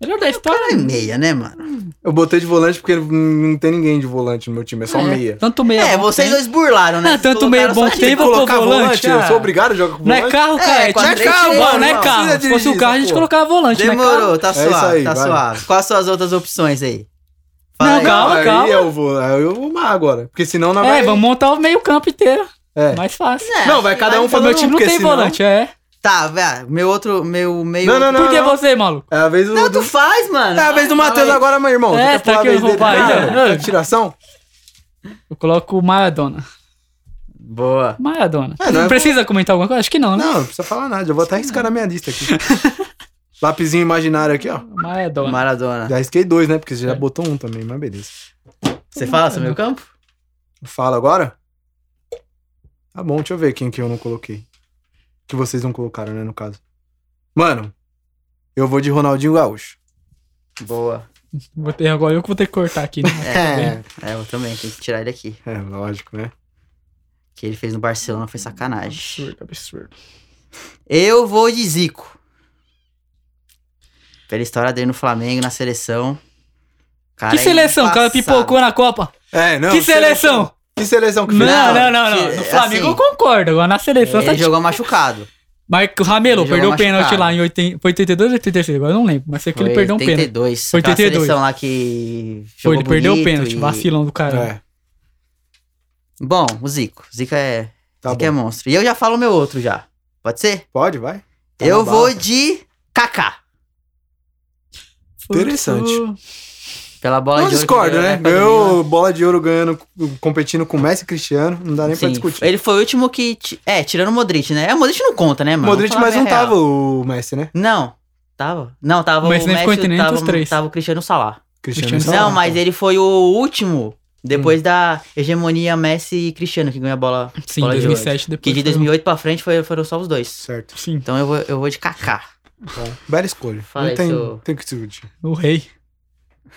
C: Melhor da história.
A: Cara é meia, né, mano?
B: Eu botei de volante porque hum, não tem ninguém de volante no meu time, é só meia.
C: Tanto meia.
A: É,
C: bom
A: vocês
C: tem.
A: dois burlaram, né?
C: Ah,
A: Vocês
C: tanto meio
A: colocaram
C: bom
A: só
C: tem,
A: de-
C: vou pôr volante.
B: eu
C: ah.
B: sou obrigado a jogar com
C: Não é
B: volante?
C: carro, cara. É,
A: quatro,
C: time-
A: três,
C: carro,
A: três,
C: mano. Não é
A: não
C: carro.
B: precisa
C: Se fosse
B: dirigir
C: o carro, a
B: essa
C: gente
B: porra.
C: colocava volante, né?
A: Demorou, tá
B: isso
A: suave,
B: aí,
A: tá
B: vai.
A: suave. Quais são as outras opções aí? Fala
C: Não,
A: aí.
C: calma,
B: Ah, aí
C: calma.
B: Eu vou, aí eu vou mar agora. Porque senão não
C: É,
B: vai.
C: vamos montar o meio campo inteiro.
B: É.
C: Mais fácil.
A: É,
B: Não, vai cada um
C: Mas
B: falando
C: meu time não
B: porque
C: tem
B: senão-
C: volante, é.
E: Tá, velho. Meu outro. Meu meio.
B: Não, não, não.
C: Por que
B: não.
C: você, maluco?
B: É a vez do.
E: Não,
B: do...
E: tu faz, mano.
B: É a vez do Matheus
E: Fala aí.
B: agora, meu irmão.
C: É,
B: Tu quer
C: tá
B: pôr a
C: querendo
B: vez dele
C: roubar aí,
B: agora?
C: ó.
B: Tá de Tiração?
C: Eu coloco Maradona.
A: Boa.
C: Maradona.
A: Ah,
B: É, não
C: não
B: é-
C: precisa comentar alguma coisa? Acho que não, né?
B: Não, não precisa falar nada. Eu vou até arriscar na minha lista aqui. Lapizinho imaginário aqui, ó.
C: Maradona.
A: Maradona.
B: Já arrisquei dois, né? Porque você
A: É.
B: já botou um também, mas beleza.
A: Você fala sobre o campo?
B: Fala agora? Tá bom, deixa eu ver quem que eu não coloquei. Que vocês não colocaram, né, no caso. Mano, eu vou de Ronaldinho Gaúcho.
A: Boa.
C: Vou ter, agora eu que vou ter que cortar aqui, né?
B: É,
A: É, eu também, tem que tirar ele aqui.
B: é lógico, né?
A: O que ele fez no Barcelona foi sacanagem.
C: Absurdo, absurdo.
A: Eu vou de Zico. Pela história dele no Flamengo, na seleção. Cara,
C: Que seleção? O cara
A: é embaçado.
C: pipocou na Copa.
B: É, não.
C: que seleção?
B: Que seleção que
C: Não,
A: Não,
C: não, não, não.
A: que-
C: No Flamengo
A: assim,
C: eu concordo. Agora na seleção
A: É, Ele
C: tá
A: jogou machucado.
C: Marco Ramelo
A: Ele
C: perdeu
A: jogou
C: o pênalti
A: machucado.
C: lá em 80, foi 82 ou 86, agora eu não lembro, mas sei que ele
A: Foi
C: perdeu um pênalti.
A: 82.
C: Foi
A: Aquela
C: 82.
A: seleção lá que
C: Foi,
A: jogou
C: ele perdeu o
A: bonito
C: pênalti,
A: e-
C: vacilão do cara.
B: É,
A: Bom, o Zico. Zico é,
B: tá
A: Zico
B: bom.
A: é monstro. E eu já falo o meu outro já. Pode ser?
B: Pode, vai. Tá
A: eu
B: na
A: vou
B: bala.
A: de Kaká.
B: Interessante.
A: Pela bola
B: Não
A: de ouro que é
B: discordo,
A: ganhou na
B: né?
A: época do Milan.
B: Ganhou bola de ouro ganhando, competindo com Messi e Cristiano. Não dá nem pra
A: Sim,
B: discutir.
A: Ele foi o último que. ti- É, tirando o Modric, né? É, o Modric não conta, né, mano?
B: Modric,
A: Vamos
B: mas
A: falar a
B: não
A: real.
B: tava o Messi, né?
A: Não, tava. Não, tava
C: Mas
A: o
C: nem
A: Messi,
C: ficou entre nem
A: tava,
C: os três.
A: tava o Cristiano Salah.
B: Cristiano,
C: Cristiano
B: e Salah.
A: não, mas ele foi o último depois da hegemonia Messi e Cristiano que ganhou a bola.
C: Hum. Sim,
A: bola de ouro.
C: 2007 depois.
A: Que de
C: foi-
A: 2008 pra frente foi- foram só os dois.
B: Certo.
C: Sim,
A: Então eu vou, eu vou de Kaká.
B: Bom, bela escolha.
A: Fala
B: não
A: aí,
B: tem,
A: seu-
B: tem que discutir.
C: o rei.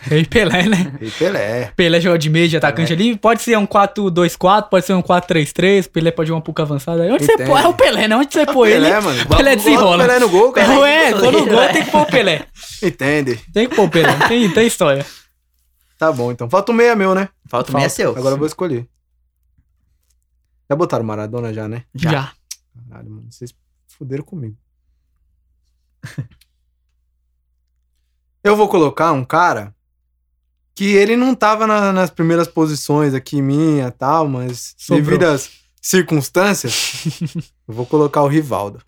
C: Rei Pelé, né?
B: E Pelé.
C: Pelé joga de meio de atacante ali, pode ser um 4-2-4, pode ser um 4-3-3, Pelé pode jogar um pouco avançado. Aí Onde você
B: Entendo.
C: põe? É o Pelé, né? Onde você põe ele?
A: é
B: é Pelé, mano.
C: Pelé
B: Bota o
C: desenrola.
B: Pelé é no gol, cara.
C: Ué, quando o gol
A: goleiro,
C: tem que pôr o Pelé.
B: Entende?
C: Tem que pôr o Pelé, tem, tem história.
B: Tá bom, então. Falta um meia meu, né?
A: Falta o meia é seu.
B: Agora eu vou escolher. Já botaram Maradona já, né?
A: Já.
C: Já.
B: Caralho, mano. Vocês fuderam comigo. eu vou colocar um cara que ele não tava na- nas primeiras posições aqui minha e tal, mas
C: Sobrou.
B: devido às circunstâncias, eu vou colocar o Rivaldo.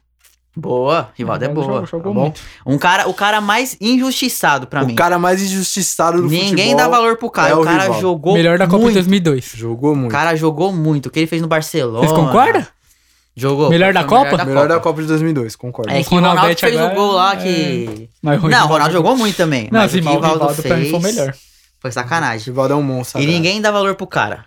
A: Boa, Rivaldo é
C: Jogou-
A: boa.
C: jogou
B: bom?
C: muito.
A: Um cara, o cara mais injustiçado pra
B: o
A: mim.
B: cara mais injustiçado do
A: Ninguém
B: futebol.
A: dá valor pro cara.
B: é o
A: o cara
B: Rivaldo.
A: jogou
C: Melhor da Copa de
A: muito.
C: 2002.
B: Jogou
A: O
B: muito.
A: cara jogou muito. O que ele fez no Barcelona.
C: Vocês concordam?
A: Jogou. Foi
C: Melhor da
A: o
C: Copa?
B: Melhor da Copa de 2002, concordo.
A: É
C: O
A: que o Ronaldo
C: Ronaldete
A: fez o
C: agora
A: gol lá
C: é-
A: que.
C: Mas
A: Não, o Ronaldo jogou muito também.
C: Não,
A: mas
C: sim,
A: o que
C: mas
A: o Rivaldo
C: pra mim
A: fez
C: foi o melhor.
A: Foi
B: O
A: sacanagem.
B: Rivaldo é um monstro.
A: E
B: cara.
A: ninguém dá valor pro cara.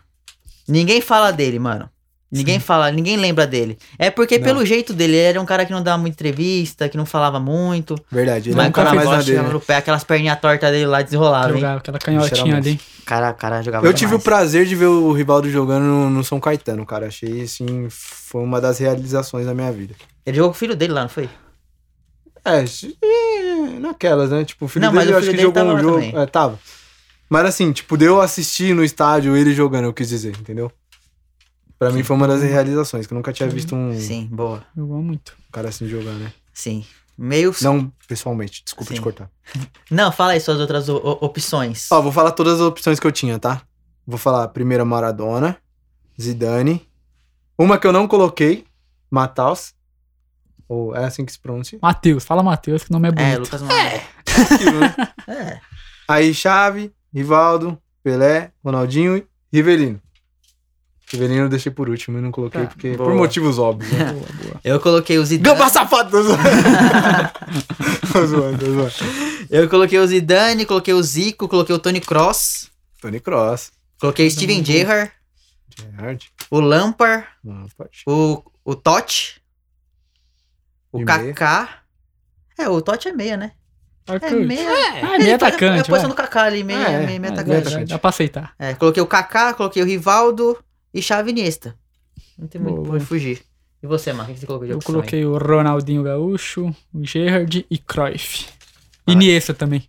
A: Ninguém fala dele, mano. Ninguém fala, ninguém lembra dele. É porque
B: Não.
A: pelo jeito dele, ele era um cara que não dava muita entrevista, que não falava muito.
B: Verdade, ele
A: mas
B: é um
A: o
B: cara
A: cara
B: mais na
A: gosta
B: dele.
A: chegava no pé, aquelas perninhas tortas dele lá desenrolava, hein?
C: Jogava aquela canhotinha ali.
A: O cara, o cara jogava
B: Eu tive o
A: demais.
B: prazer de ver o Rivaldo jogando no, no São Caetano, cara. Achei, assim, foi uma das realizações da minha vida.
A: Ele jogou com o filho dele lá, não foi?
B: É, se- é, naquelas, né? Tipo, o filho
A: Não, mas
B: dele eu
A: o
B: acho
A: filho
B: que
A: dele
B: jogou
A: tava
B: um
A: lá
B: jogo.
A: também.
B: É, tava. Mas assim, tipo, deu eu assistir no estádio ele jogando, eu quis dizer, entendeu? Pra mim foi uma das realizações, que eu nunca tinha visto um
A: Sim, boa.
C: Jogou muito.
B: cara assim jogar, né?
A: Sim. Meio.
B: Não pessoalmente, desculpa
A: Sim.
B: te cortar.
A: Não, fala aí suas outras o- o- opções.
B: Ó, vou falar todas as opções que eu tinha, tá? Vou falar primeiro Maradona, Zidane, uma que eu não coloquei, Mataus, ou é assim que se pronuncia?
C: Matheus, fala Matheus, que o nome é
A: É,
C: bonito.
A: Lucas Moura.
B: Aquilo, né?
A: É.
B: Aí Chave, Rivaldo, Pelé, Ronaldinho e Rivelino. Rivelino eu deixei por último e não
A: Tá.
B: coloquei porque por
A: boa.
B: motivos óbvios. Né?
C: Boa, boa.
A: Eu coloquei o Zidane.
B: Gamba safado, Ah, tô zoando. tô zoando, tô zoando.
A: Eu coloquei o Zidane, coloquei o Zico, coloquei o Tony Cross,
B: Tony Cross,
A: coloquei o Steven Gerrard,
B: Gerard,
A: o Lampard,
B: Lampard,
A: o, o Totti, o
B: E
A: Kaká. É, o Totti é meia, né? É
C: Atacante.
A: meia.
C: Ah, é meio
A: É a
C: atacante.
A: posição
C: vai.
A: do Kaká ali, meia,
B: Ah, é.
A: meia, meia
C: É,
B: meio
A: atacante.
C: verdade, Dá pra aceitar.
A: É, coloquei o Kaká, coloquei o Rivaldo e Xavi Iniesta. Não tem muito
C: Boa,
A: pra
C: boa.
A: onde fugir. E você, Marcos, o que você colocou de
C: Eu
A: opção aí?
C: coloquei o Ronaldinho Gaúcho, o Gerard e Cruyff. Iniesta também.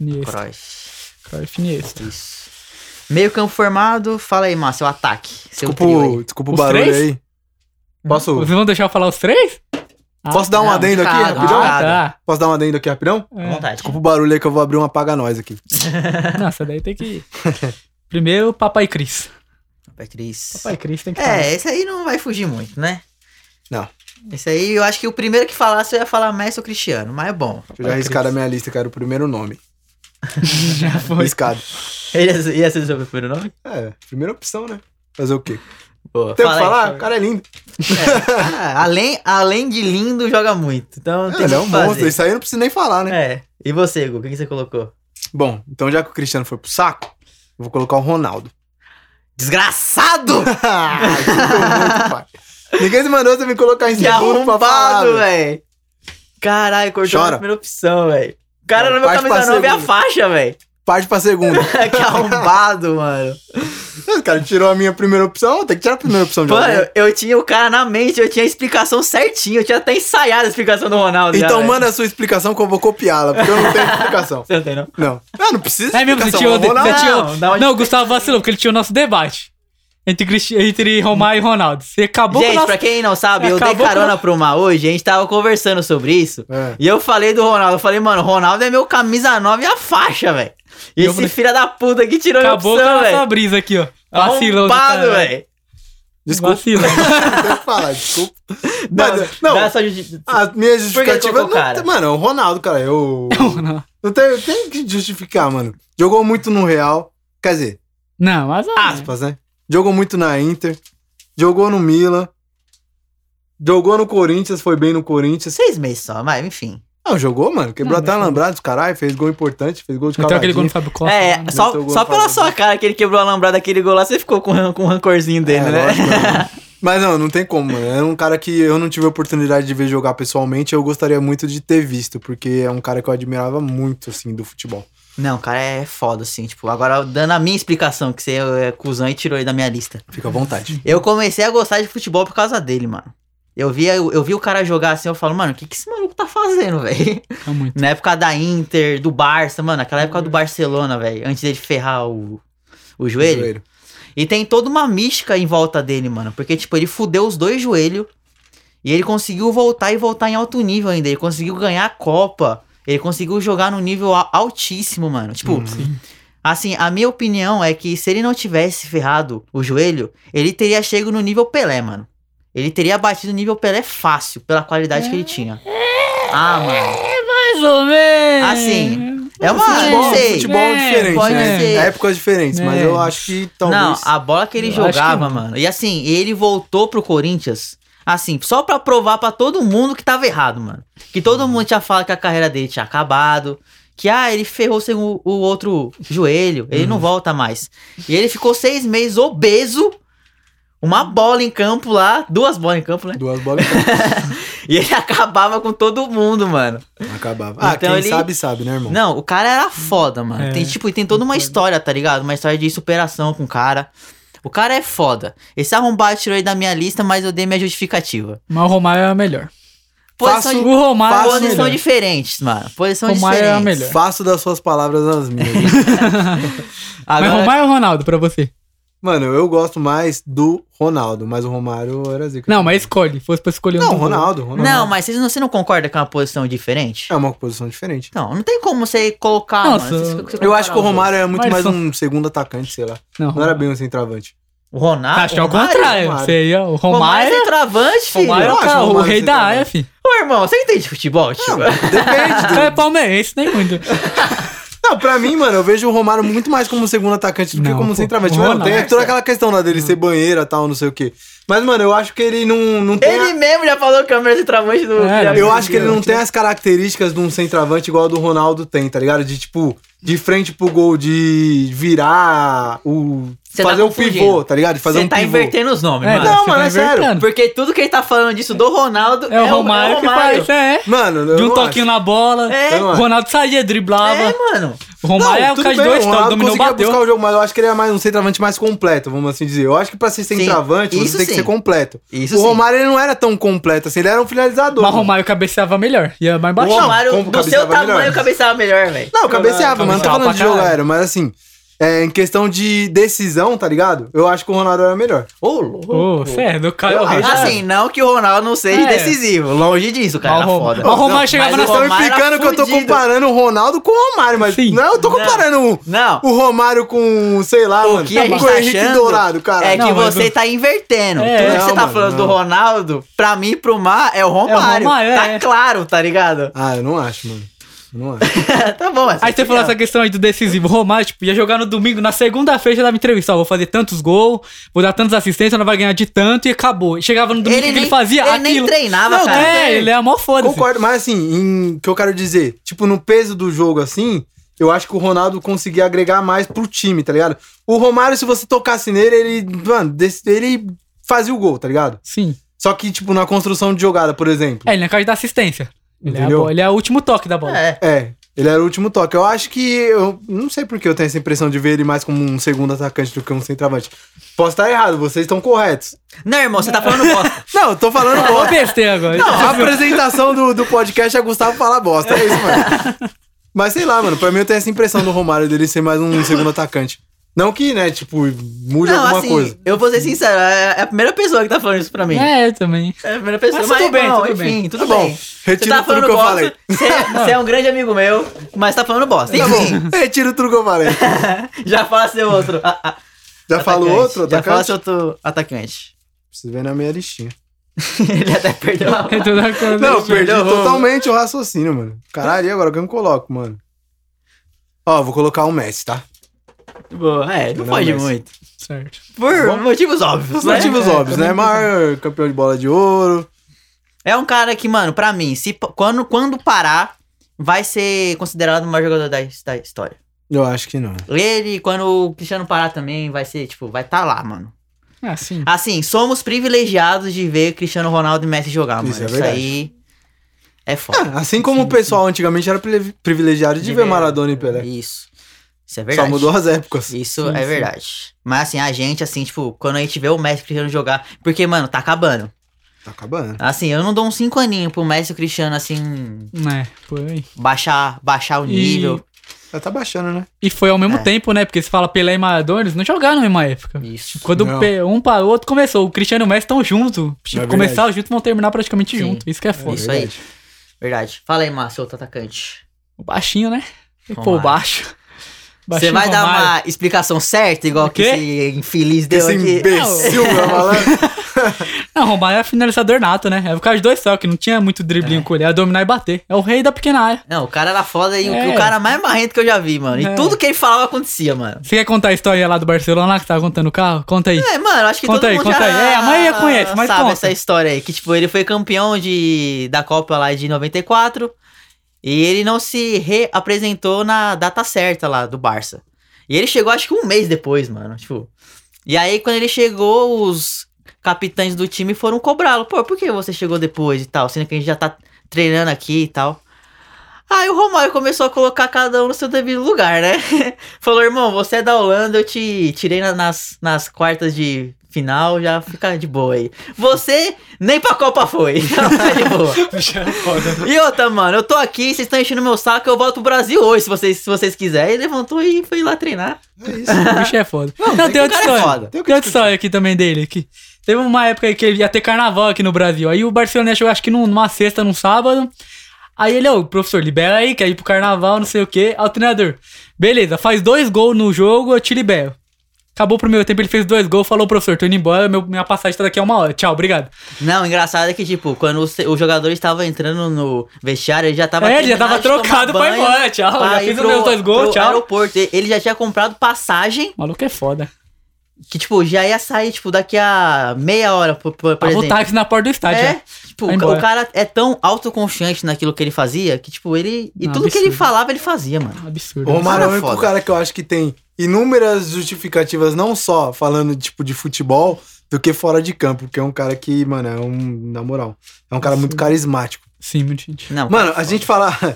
C: Iniesta.
A: Kroos.
C: Cruyff e Iniesta.
A: Isso. Meio campo formado, fala aí, Márcio, o ataque. Seu
B: Desculpa,
A: trio aí.
B: o- É. desculpa o
C: Os
B: barulho
C: três?
B: aí. Posso-
A: Uh.
C: Vocês vão deixar eu falar os três? Ah,
B: Posso dar um
A: não,
B: adendo aqui
A: cara,
B: rapidão?
A: cara.
C: Ah, tá.
B: Posso dar um adendo aqui rapidão?
A: À
C: É.
A: vontade.
B: Desculpa o barulho aí que eu vou abrir um apaga nós aqui.
C: Nossa, daí tem que. Primeiro, Papai Cris.
A: Papai Cris.
C: Papai Cris tem que estar.
A: É, esse aí não vai fugir muito, né?
B: Não.
A: Esse aí, eu acho que o primeiro que falasse eu ia falar Messi ou Cristiano, mas é bom.
B: Deixa eu já arriscar da minha lista, cara, o primeiro nome. já foi. Arriscado.
A: Ele ia, ia ser o seu primeiro nome?
B: É, primeira opção, né? Fazer o quê?
A: Boa.
B: Tem o
A: Fala
B: que
A: aí,
B: falar?
A: fala
B: O cara é lindo.
A: aí. Ah, além, além de lindo, joga muito. Então tem
B: Ele é
A: que
B: um
A: fazer.
B: monstro. Isso aí eu não preciso nem falar, né?
A: É. E você, Gu, o que que você colocou?
B: Bom, então já que o Cristiano foi pro saco, eu vou colocar o Ronaldo.
A: Desgraçado!
B: Ah, isso foi muito, pai. Ninguém se mandou você me colocar em
C: é
A: Que
B: segundo pra falar.
A: arrombado,
B: velho.
A: velho. Caralho, cortou a
B: Chora.
A: primeira opção, velho. O
C: É,
A: cara
B: Não,
A: não, meu
B: parte
A: camisa
B: pra
A: não, minha
B: segunda.
A: faixa, velho.
B: Parte pra segunda.
A: que arrombado, mano.
B: O cara tirou a minha primeira opção, tem que tirar a primeira opção de alguém.
A: Mano, eu tinha o cara na mente, eu tinha a explicação certinha, eu tinha até ensaiado a explicação do Ronaldo. já,
B: Então
A: velho.
B: manda a sua explicação que eu vou copiá-la, porque eu não tenho explicação.
A: Você não tem, não?
B: Não. Ah, não precisa
C: É mesmo, você
B: explicação,
C: tinha o.
B: eu vou lá.
C: Você tinha
A: Não,
C: o-
A: dá uma-
C: Não, o Gustavo vacilou, porque ele tinha o nosso debate. Entre, Cristi... entre Romário e Ronaldo. Você acabou
A: gente,
C: com o nosso...
A: pra quem não sabe, eu
C: Acabou
A: dei carona
C: com-
A: pro Mar hoje, a gente tava conversando sobre isso.
B: É.
A: E eu falei do Ronaldo, eu falei, mano, o Ronaldo é meu camisa 9 e a faixa, velho. E
C: E eu
A: esse
C: falei-
A: filho da puta que tirou
C: Acabou com
A: minha
C: a
A: opção,
C: nossa
A: velho.
C: brisa aqui, ó. Vacilou. do
A: Arrombado,
C: caralho.
A: velho.
B: Desculpa.
C: Vacilou.
B: Não tem o que falar, desculpa.
A: Não,
B: Mas, não,
A: dá só justi-
B: a minha justificativa.
A: colocou o cara?
B: Não, mano, é o Ronaldo, cara. Eu.
C: Não,
B: Não tenho, tenho que justificar, mano. Jogou muito no Real. Quer dizer,
C: Não, mas...
B: aspas, né? Jogou muito na Inter. Jogou no Milan. Jogou no Corinthians, foi bem no Corinthians.
A: Seis meses só, mas enfim.
B: Não, jogou, mano. Quebrou
C: Não,
B: até
C: mas-
B: alambrados, caralho. Fez gol importante, fez gol de
C: Então aquele
B: cavadinha.
C: gol no Fábio Costa.
A: é,
C: né?
A: só,
B: meteu o gol
A: só
B: no
A: pela
B: Flamengo.
A: sua cara que ele quebrou a lambrada daquele gol lá, você ficou com, ran- com o rancorzinho dele,
B: É,
A: né?
B: lógico, né? Mas não, não tem como, mano. É um cara que eu não tive a oportunidade de ver jogar pessoalmente. Eu gostaria muito de ter visto, porque é um cara que eu admirava muito, assim, do futebol.
A: Não, cara, é foda, assim. Tipo, agora dando a minha explicação, que você é cuzão e tirou ele da minha lista.
B: Fica à vontade.
A: Eu comecei a gostar de futebol por causa dele, mano. Eu vi, eu, eu vi o cara jogar assim, eu falo, mano, o que, que esse maluco tá fazendo, velho?
C: Tá muito.
A: Na época da Inter, do Barça, mano, aquela época do Barcelona, velho, antes dele ferrar o, o joelho.
B: Joelho.
A: E tem toda uma mística em volta dele, mano. Porque, tipo, ele fudeu os dois joelhos. E ele conseguiu voltar e voltar em alto nível ainda. Ele conseguiu ganhar a Copa. Ele conseguiu jogar num nível a- altíssimo, mano. Tipo, assim, a minha opinião é que se ele não tivesse ferrado o joelho, ele teria chego no nível Pelé, mano. Ele teria batido o nível Pelé fácil, pela qualidade que ele tinha. Ah, mano.
C: Mais ou menos.
A: Assim, É uma.
B: futebol,
A: não sei.
B: futebol é,
C: É,
B: diferente,
A: pode
B: né?
A: ser.
B: Épocas diferentes, mas
C: É.
B: eu acho que talvez.
A: Não, a bola que ele
C: Eu acho que
A: jogava,
C: não.
A: mano. E assim, ele voltou pro Corinthians, assim, só pra provar pra todo mundo que tava errado, mano. Que todo mundo tinha falado que a carreira dele tinha acabado. Que, ah, ele ferrou sem o, o outro joelho, ele
C: Uhum.
A: não volta mais. E ele ficou seis meses obeso, uma bola em campo lá, duas bolas em campo, né?
B: Duas bolas
A: E ele acabava com todo mundo, mano.
B: acabava. Ah,
A: Então
B: quem
A: ele-
B: sabe, sabe, né, irmão?
A: Não, o cara era foda, mano.
C: É.
A: Tem, tipo, tem toda uma história, tá ligado? Uma história de superação com o cara. O cara é foda. Esse arrombado tirou ele da minha lista, mas eu dei minha justificativa.
C: Mas o Romário é o melhor.
A: Posição,
B: Faço-
A: di-
C: O Romário
B: faço
C: é o
A: posição
C: melhor.
A: diferentes, mano. Posição
C: Romário é o
A: diferentes.
C: melhor.
B: Faço das suas palavras as minhas.
C: Mas
A: Agora,
C: Romário é ou Ronaldo pra você?
B: Mano, eu gosto mais do Ronaldo, mas o Romário era zica.
C: Não, mas escolhe. Fosse pra escolher um.
B: Não,
C: dos dois.
B: Ronaldo, Ronaldo.
A: Não, mas vocês não, você não concorda que é uma posição diferente?
B: É uma posição diferente.
A: Não, não tem como você colocar,
C: Nossa,
A: mano. Você- você
B: Eu
A: comparar
B: acho que o
A: os
B: Romário era muito
C: Mas
B: mais
C: são-
B: um segundo atacante, sei lá.
C: Não,
B: Não era bem um
A: dois.
B: centroavante.
A: O Ronaldo.
C: Acho que é o
A: Romário?
C: contrário.
B: Romário.
C: Você aí, ó. O
A: Romário é
C: Romário.
A: centroavante, filho.
C: Romário é
B: Eu
C: o
B: acho
C: cara,
B: o
C: o
B: Romário tá
C: rei da
B: centroavante.
C: área, fi.
A: Ô, irmão, você entende de futebol, tio?
B: Não, depende.
C: Não é palmeirense nem muito.
B: Não, pra mim, mano, eu vejo o Romário muito mais como um segundo atacante do que
C: Não,
B: como um
C: pô,
B: centroavante.
C: o é
B: Mano,
C: Ronaldo-
B: tem toda aquela questão lá
C: Hum.
B: dele ser banheira e tal, não sei o quê. Mas, mano, eu acho que ele não, não tem. a-
A: Ele mesmo já falou que câmera centroavante do...
C: É,
B: Eu acho que ele não tem as características de um centroavante igual a do Ronaldo tem, tá ligado? De tipo, de frente pro gol, de virar o.
A: Você tá
B: fazer o
A: confundindo.
B: pivô, tá ligado? De fazer
A: Você
B: um
A: tá
B: pivô.
A: invertendo os nomes,
C: É,
A: mano.
B: Não,
C: Você
B: mano,
C: tá
B: é sério.
C: invertendo.
A: Porque tudo que ele tá falando disso do Ronaldo
C: É o Romário que faz. É.
B: Mano, eu
C: De um
B: não
C: toquinho
B: acho.
C: na bola.
A: É.
B: Eu não
C: O
B: acho.
C: Ronaldo saía, driblava.
A: É, mano.
C: O Romário é o
B: tudo
C: cara de
B: bem,
C: dois
B: o
C: toques,
B: Ronaldo
C: dominou,
B: conseguia
C: bateu.
B: buscar o jogo, mas eu acho que ele é mais um centroavante mais completo, vamos assim dizer. Eu acho que pra ser centroavante,
A: isso
B: você tem
A: sim.
B: que ser completo.
A: Isso
B: o
A: sim.
B: Romário ele não era tão completo assim, ele era um finalizador.
C: Mas o
B: mano.
C: Romário cabeceava melhor. Ia mais
A: O
C: baixo.
B: Não,
A: Romário,
B: como
A: do
B: cabeçava
A: seu tamanho,
B: melhor.
A: cabeçava melhor, velho.
B: Não, cabeceava, mas não tô
C: Cabeceava
B: falando
C: pra
B: de jogo
C: caralho.
B: aéreo, mas assim. é, em questão de decisão, tá ligado? Eu acho que o Ronaldo era melhor.
A: Ô, louco.
C: Ô, é sério, o Caio
B: Eu-
C: Reis.
A: Assim, não que o Ronaldo não seja
C: É.
A: decisivo. Longe disso, cara.
C: Mas
A: Era
C: o Rom-
A: foda.
C: mas o Romário
A: Não,
C: chegava
A: mas
C: na
A: o
B: Vocês estão
A: Romário era
B: implicando que eu tô
A: fudido.
B: comparando o Ronaldo com o Romário, mas
C: Sim.
B: não, eu tô
A: Não.
B: comparando o-
A: Não.
B: o Romário com, sei lá,
A: O
B: mano,
A: que a gente
B: com o
A: tá
B: Henrique
A: achando
B: Dourado, cara.
A: É que
C: Não, mas
A: você
C: eu-
A: tá invertendo.
C: É.
A: Tudo que você
B: Não,
A: tá
B: mano,
A: falando
B: não.
A: do Ronaldo, pra mim, e pro Mar, é o Romário.
C: Romário,
A: tá
C: é.
A: claro, tá ligado?
B: Ah, eu não acho, mano. Eu não acho.
A: tá bom, mas.
C: Aí você falou essa questão aí do decisivo. O Romário, tipo, ia jogar no domingo, na segunda-feira já dava entrevista. Ó, vou fazer tantos gols, vou dar tantas assistências, não vai ganhar de tanto e acabou. E Chegava no domingo
A: Ele
C: que ele
A: nem-
C: fazia
A: ele nem
C: aquilo.
A: treinava,
C: não,
A: cara.
C: É, ele é mó foda.
B: Concordo, mas assim, em- o que eu quero dizer, tipo, no peso do jogo, assim, eu acho que o Ronaldo conseguia agregar mais pro time, tá ligado? O Romário, se você tocasse nele, ele, mano, desse- ele fazia o gol, tá ligado?
C: Sim.
B: Só que, tipo, na construção de jogada, por exemplo.
C: É, ele é causa da assistência. Ele é, a
B: Entendeu?
C: bola- ele é o último toque da bola.
A: É.
B: É. ele era o último toque. Eu acho que. Eu não sei porque eu tenho essa impressão de ver ele mais como um segundo atacante do que um centroavante. Posso estar errado, vocês estão corretos.
A: Não, irmão, você tá falando bosta.
B: Não, eu tô falando
C: Ô,
B: bosta.
C: besteira agora.
B: Não, a apresentação do, do podcast é Gustavo falar bosta. É isso, mano. Mas sei lá, mano, pra mim eu tenho essa impressão do Romário dele ser mais um segundo atacante. Não que, né, tipo, mude
A: não,
B: alguma
A: assim,
B: coisa.
A: eu vou ser sincero, é a primeira pessoa que tá falando isso pra mim. É,
C: É, também.
A: a primeira pessoa.
C: Mas tudo bem,
A: irmão,
C: tudo
A: enfim,
C: bem.
A: tudo
B: Tá bom,
A: bem.
B: retiro tudo que eu falei.
A: Você você é um grande amigo meu, mas tá falando bosta.
B: Tá
A: Enfim,
B: bom, retira tudo que eu falei.
A: já fala seu outro. a- a-
B: Já falou
A: atacante.
B: outro
A: Já fala
B: atacante?
A: seu outro atacante.
B: Preciso ver na minha listinha.
A: Ele até perdeu a
C: É tudo a-
B: Não, eu perdi
A: Perdeu o rumo.
B: totalmente o raciocínio, mano. Caralho, e agora quem eu coloco, mano? Ó, eu vou colocar o Messi, tá?
A: Boa, é, não,
B: Não,
A: pode
B: mas-
A: muito.
C: Certo.
A: Por motivos óbvios,
B: Os
A: né?
B: motivos óbvios, né? Maior campeão de bola de ouro.
A: É um cara que, mano, pra mim, se, pa- quando, quando parar, vai ser considerado o maior jogador da, his- da história.
B: Eu acho que não.
A: Ele, quando o Cristiano parar também, vai ser, tipo, vai tá lá, mano.
C: Ah, sim.
A: Assim, somos privilegiados de ver Cristiano Ronaldo e Messi jogar, mano.
B: Isso
A: Isso,
B: é verdade.
A: aí é foda.
B: Ah, assim como o pessoal antigamente era privi- privilegiado de ver Maradona e Pelé.
A: Isso. Isso é verdade.
B: Só mudou as épocas.
A: Isso
C: Sim,
A: é
C: sim.
A: verdade. Mas assim, a gente, assim, tipo, quando a gente vê o Messi e o Cristiano jogar. Porque, mano, tá acabando.
B: Tá acabando.
A: Assim, eu não dou uns cinco aninhos pro Messi e o Cristiano, assim,
C: É, foi.
A: baixar, baixar o
C: E-
A: nível.
B: Já tá baixando, né?
C: E foi ao mesmo
A: É.
C: tempo, né? Porque se fala Pelé e Maradona, eles não jogaram na mesma época.
A: Isso.
C: Quando
B: Não.
C: pe- um para o outro começou, o Cristiano e o Messi estão junto. Tipo,
B: É verdade.
C: começaram junto, vão terminar praticamente
A: Sim.
C: junto. Isso que é foda.
A: Isso aí. Verdade. Fala aí, Márcio, outro atacante.
C: O baixinho, né? Pô,
A: Romário.
C: baixo.
A: Você
C: Baixinho
A: vai dar
C: Romário.
A: uma explicação certa, igual
C: O
A: que
C: quê?
A: esse infeliz deu
B: Esse
A: aqui? É
B: imbecil, meu malandro.
C: Não, Romário é finalizador nato, né? É por causa de dois só, que não tinha muito
A: É.
C: driblinho com ele. Era dominar e bater. É o rei da pequena área.
A: Não, o cara era foda e o-
C: É.
A: o cara mais marrento que eu já vi, mano. E
C: É.
A: tudo que ele falava acontecia, mano.
C: Você quer contar a história lá do Barcelona, lá que tava contando o carro? Conta aí.
A: É, mano, acho que
C: Conta
A: todo
C: aí,
A: mundo
C: conta
A: já
C: aí. É, a maioria conhece, mas
A: sabe
C: conta.
A: essa história aí. Que, tipo, ele foi campeão de, da Copa lá de 94 e ele não se reapresentou na data certa lá do Barça. E ele chegou, acho que um mês depois, mano. Tipo, e aí, quando ele chegou, os capitães do time foram cobrá-lo. Pô, por que você chegou depois e tal? Sendo que a gente já tá treinando aqui e tal. Aí o Romário começou a colocar cada um no seu devido lugar, né? Falou, irmão, você é da Holanda, eu te tirei na- nas, nas quartas de final, já fica de boa aí. Você nem pra Copa foi, então tá de boa.
C: é né?
A: E outra, mano, eu tô aqui, vocês estão enchendo meu saco, eu volto pro Brasil hoje, se vocês, se vocês quiserem. Ele levantou e foi lá treinar.
B: É isso.
C: O bicho é foda. Não,
A: tem que
C: tem
A: o
C: outra
A: cara é
C: história.
A: foda.
B: Tem o que
C: Tem outra história aqui também dele. Que teve uma época aí que ele ia ter carnaval aqui no Brasil. Aí o Barcelona ia jogar, acho que num- numa sexta, num sábado. Aí ele, ô, professor, libera aí, quer ir pro carnaval, não sei o quê. Aí o treinador, beleza, faz dois gols no jogo, eu te libero. Acabou o primeiro tempo, ele fez dois gols, falou, professor, tô indo embora, meu- minha passagem tá daqui a uma hora. Tchau, obrigado.
A: Não, o engraçado é que, tipo, quando o, se- o jogador estava entrando no vestiário, ele já tava.
C: É, ele já tava
A: terminado de tomar
C: trocado pra ir
A: banho,
C: embora, tchau,
A: pra
C: já
A: ir
C: fiz os
A: pro-
C: meus dois gols,
A: pro
C: tchau.
A: aeroporto. E- Ele já tinha comprado passagem
C: O maluco é foda.
A: que, tipo, já ia sair, tipo, daqui a meia hora, por, por, por
C: Tava o
A: exemplo.
C: táxi na porta do estádio. né?
A: É,
C: já.
A: tipo,
C: Vai
A: o ca-
C: embora.
A: o cara é tão autoconfiante naquilo que ele fazia que, tipo, ele. E
C: Não,
A: tudo que ele
C: absurdo.
A: falava, ele fazia, mano.
C: Absurdo.
B: O Romário é o único
A: Foda.
B: cara que eu acho que tem inúmeras justificativas, não só falando, tipo, de futebol, do que fora de campo. Porque é um cara que, mano, é um... Na moral, é um cara muito carismático.
C: Sim, muito gente.
A: Não, tá
B: Mano,
A: cara,
B: a gente fala...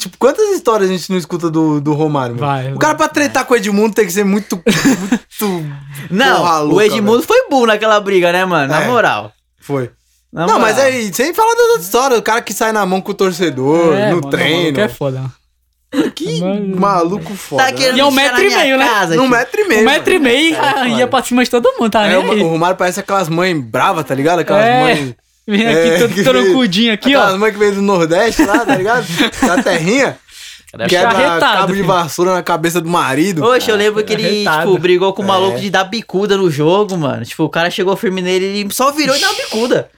B: Tipo, quantas histórias a gente não escuta do, do Romário, mano?
C: Vai,
B: o cara pra tretar com o Edmundo tem que ser muito... muito...
A: Não,
B: Porra
A: o
B: louca,
A: Edmundo foi burro naquela briga, né, mano? Na
B: É.
A: moral.
B: Foi.
A: Na
B: Não,
C: é.
B: é
A: moral.
B: mas aí, sem falar das outras histórias, o cara que sai na mão com o torcedor,
C: É,
B: no
C: mano, O
B: treino.
C: maluco é foda.
B: Que
C: Mano.
B: maluco foda. né?
A: Tá querendo
C: E é um
A: enfiar na
C: metro e
A: minha
C: meio, né?
A: casa, tipo,
B: Um
A: tio.
B: metro e meio.
C: Um metro e meio
B: É,
C: ia pra cima de todo mundo, tá?
B: É,
C: né?
B: o, o Romário parece aquelas mães bravas, tá ligado? Aquelas
C: É.
B: mães.
C: Vem
B: é,
C: aqui, todo
B: que-
C: troncudinho aqui,
B: aquelas
C: ó.
B: mães que vem do Nordeste lá, tá ligado? da terrinha.
C: Cara,
B: Quebra
C: arretado,
B: cabo de
C: é filho.
B: vassoura na cabeça do marido.
A: Oxe, eu lembro que ele,
C: Arretado.
A: tipo, brigou com o maluco
B: É.
A: de dar bicuda no jogo, mano. Tipo, o cara chegou firme nele e ele só virou e deu uma bicuda.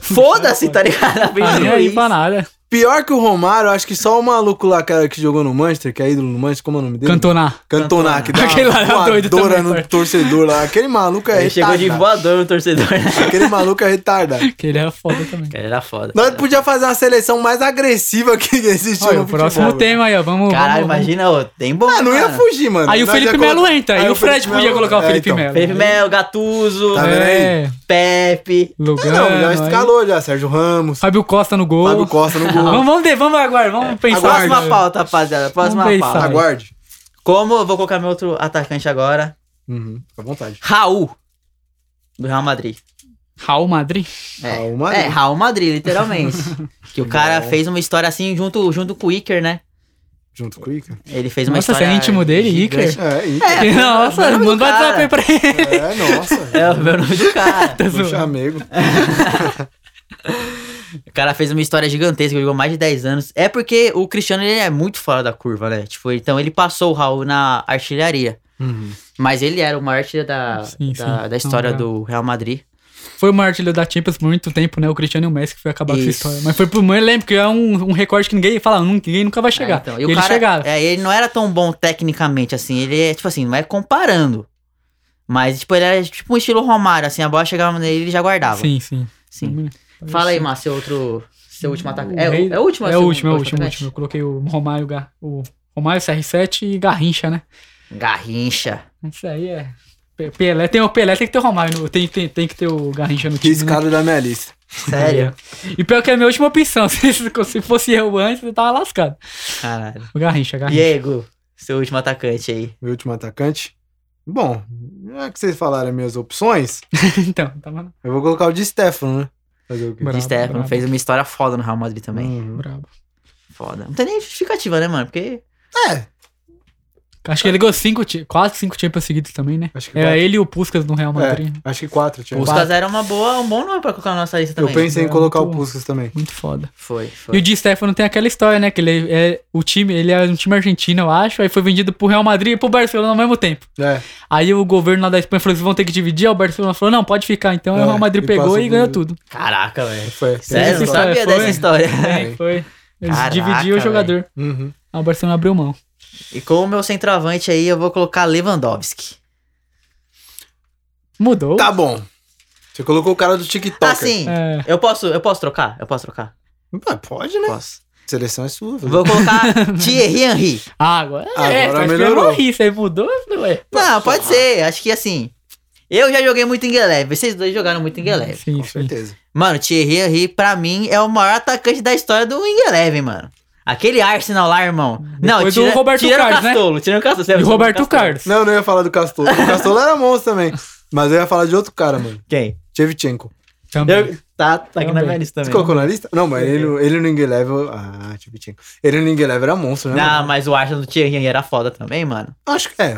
A: Foda-se, tá ligado? Na frente
C: Tá
A: do
C: nem aí
A: juiz.
C: pra nada.
B: Pior que o Romário, acho que só o maluco lá cara, que jogou no Manchester, que é ídolo no Manchester, como é o nome dele?
C: Cantonar.
B: Cantona, que dá
C: Aquele lá
B: uma
C: é doido
B: voadora
C: também,
B: no
C: parça.
B: torcedor lá. Aquele maluco é
A: Ele chegou de
B: retardado.
A: voador no torcedor. né?
B: Aquele maluco é retardado.
C: Que ele era foda também.
A: Cara, era foda.
B: Nós podíamos fazer uma seleção mais agressiva que existiu
C: Olha,
B: no
C: o próximo
B: futebol,
C: tema aí, ó. Vamos.
A: Caralho,
C: vamos-
A: imagina, ô, tem bom.
B: Ah, não ia
A: cara.
B: fugir, mano.
C: Aí o
B: Nós
C: Felipe
B: ia colo-
C: Melo entra.
B: Aí
C: e o Fred
B: Felipe
C: podia
B: Melo-
C: colocar o
B: É,
C: Felipe
B: então.
C: Melo.
A: Felipe Melo, Gatuso,
B: Tá vendo aí?
C: É,
A: Pepe.
B: Ah,
C: Lugano.
B: Não, já
C: aí.
B: escalou já. Sérgio Ramos,
C: Fábio Costa no gol.
B: Fábio Costa É. no gol.
C: Vamos, vamos, ver, vamos aguardar, vamos pensar.
A: Próxima pauta, rapaziada. Próxima
C: Vamos
A: pauta.
C: pensar.
B: Aguarde.
A: Como eu vou colocar meu outro atacante agora?
B: Uhum, fica à vontade.
A: Raul. Do Real Madrid.
C: Raul Madrid.
A: É,
B: Raul Madrid.
A: É, Raul Madrid, literalmente. que o cara fez uma história assim junto, junto com o Iker, né?
B: Junto com o Iker.
A: Ele fez uma
C: Nossa,
A: história.
C: você é íntimo dele,
A: gigante.
C: Iker?
B: É, Iker.
A: É,
C: Nossa,
A: mano,
C: manda o
A: cara.
C: WhatsApp aí pra ele.
B: É, nossa.
A: É o meu nome do cara.
C: Tá
B: Puxa
C: zoando.
B: amigo.
A: É. o cara fez uma história gigantesca, jogou mais de 10 anos. É porque o Cristiano ele é muito fora da curva, né? Tipo, então ele passou o Raul na artilharia.
C: Uhum.
A: Mas ele era o maior artilheiro da,
C: Sim,
A: da,
C: sim.
A: da história
C: Não,
A: do Real Madrid.
C: Foi o martilho da Champions por muito tempo, né? O Cristiano e o Messi que foi acabar com
A: Isso.
C: essa história. Mas foi pro Mano, lembro que é um, um recorde que ninguém fala, nun- ninguém nunca vai chegar.
A: É, então,
C: e
A: e o
C: eles
A: cara,
C: chegaram.
A: É, ele não era tão bom tecnicamente, assim. Ele é, tipo assim, não é comparando. Mas, tipo, ele era tipo um estilo Romário, assim. A bola chegava nele e ele já guardava.
C: Sim, sim.
A: Sim. Fala aí, Márcio, seu outro... Seu último ataque. É,
C: rei-
A: o- é o último?
C: É
A: seu
C: o último, é o
A: outro
C: último,
A: atacante?
C: último. Eu coloquei o Romário, Ga- o Romário CR7 e Garrincha, né?
A: Garrincha.
C: Isso aí é. Pe- Pelé, tem o Pelé, tem que ter o Romário, no- tem, tem, tem que ter o Garrincha no
B: Que
C: time. né? É.
B: escada da minha lista.
A: Sério?
C: E pior que é a minha última opção. Se, se fosse eu antes, eu tava lascado.
A: Caralho.
C: O Garrincha, Garrincha.
A: Diego, seu último atacante aí.
B: Meu último atacante. Bom, já que vocês falaram as minhas opções,
C: então, tava
B: eu vou colocar o de Stefano, né? Fazer o quê?
C: Brabo,
A: Di Stefano
C: brabo.
A: fez uma história foda no Real Madrid também.
C: Hum.
B: Uhum.
C: brabo.
A: Foda. Não tem nem justificativa, né, mano? Porque.
B: É,
C: Acho que ele ganhou cinco, ti- quase cinco Champions seguidos também, né?
B: Acho que
C: Era
B: quatro.
C: ele e o Puskas no Real Madrid.
B: é, acho que quatro, tinha.
A: O Puskas era uma boa, um bom nome pra colocar na nossa lista
B: Eu
A: também.
B: pensei em
C: É,
B: colocar o
C: muito-
B: Puskas também.
C: Muito foda.
A: Foi,
C: E
A: foi.
C: o Di Stefano tem aquela história, né? Que ele é o time, ele é um time argentino, eu acho. Aí foi vendido pro Real Madrid e pro Barcelona ao mesmo tempo.
B: É.
C: Aí o governo lá da Espanha falou: vocês vão ter que dividir. Aí o Barcelona falou: não, pode ficar. Então aí
B: É,
C: o Real Madrid
B: e
C: pegou
B: passou
C: e
B: pro-
C: ganhou tudo.
A: Caraca, velho.
B: Foi.
A: Sério,
C: Essa
A: não
C: história
A: sabia
C: foi?
A: dessa história.
C: É, foi. Eles
A: Caraca,
C: dividiam o
A: velho.
C: jogador.
B: Uhum.
C: Aí o Barcelona abriu mão.
A: E como meu centroavante aí, eu vou colocar Lewandowski.
C: Mudou.
B: Tá bom. Você colocou o cara do TikTok.
A: Assim,
C: É.
A: eu posso, eu posso trocar? Eu posso trocar?
B: Ah, pode, né?
A: Posso.
B: Seleção é sua. velho.
A: Vou colocar Thierry Henry.
C: Ah, agora, é,
B: Agora
C: tá
B: melhorou.
C: melhorou. Isso aí mudou, é? ué.
A: Não, pode ser. Acho que assim. Eu já joguei muito em Gueleve. Vocês dois jogaram muito em Gueleve.
C: Sim,
B: É, Com
C: sim.
B: certeza.
A: Mano, Thierry Henry, pra mim, é o maior atacante da história do Ingeleven, mano. Aquele Arsenal lá, irmão. Não,
C: Depois do
A: tira,
C: Roberto
A: tirando
C: Carlos,
A: o
C: né?
A: Castolo, tirando o Castolo. você
C: E
A: lembra
C: o
A: do
C: Roberto
A: Castolo?
C: Carlos.
B: Não, eu não ia falar do Castolo. O Castolo era monstro também. Mas eu ia falar de outro cara, mano.
A: Quem?
B: Shevchenko.
C: Também.
A: Eu- tá, tá aqui na
C: Também.
A: minha lista
B: Você
A: também.
B: colocou na lista? Não, mas ele, no- ele no Ninguém Level. Ah, Shevchenko. Ele no Ninguém Level era monstro, né?
A: Não,
B: mano?
A: mas o Arsenal do Thierry Henry era foda também, mano.
B: Acho que é.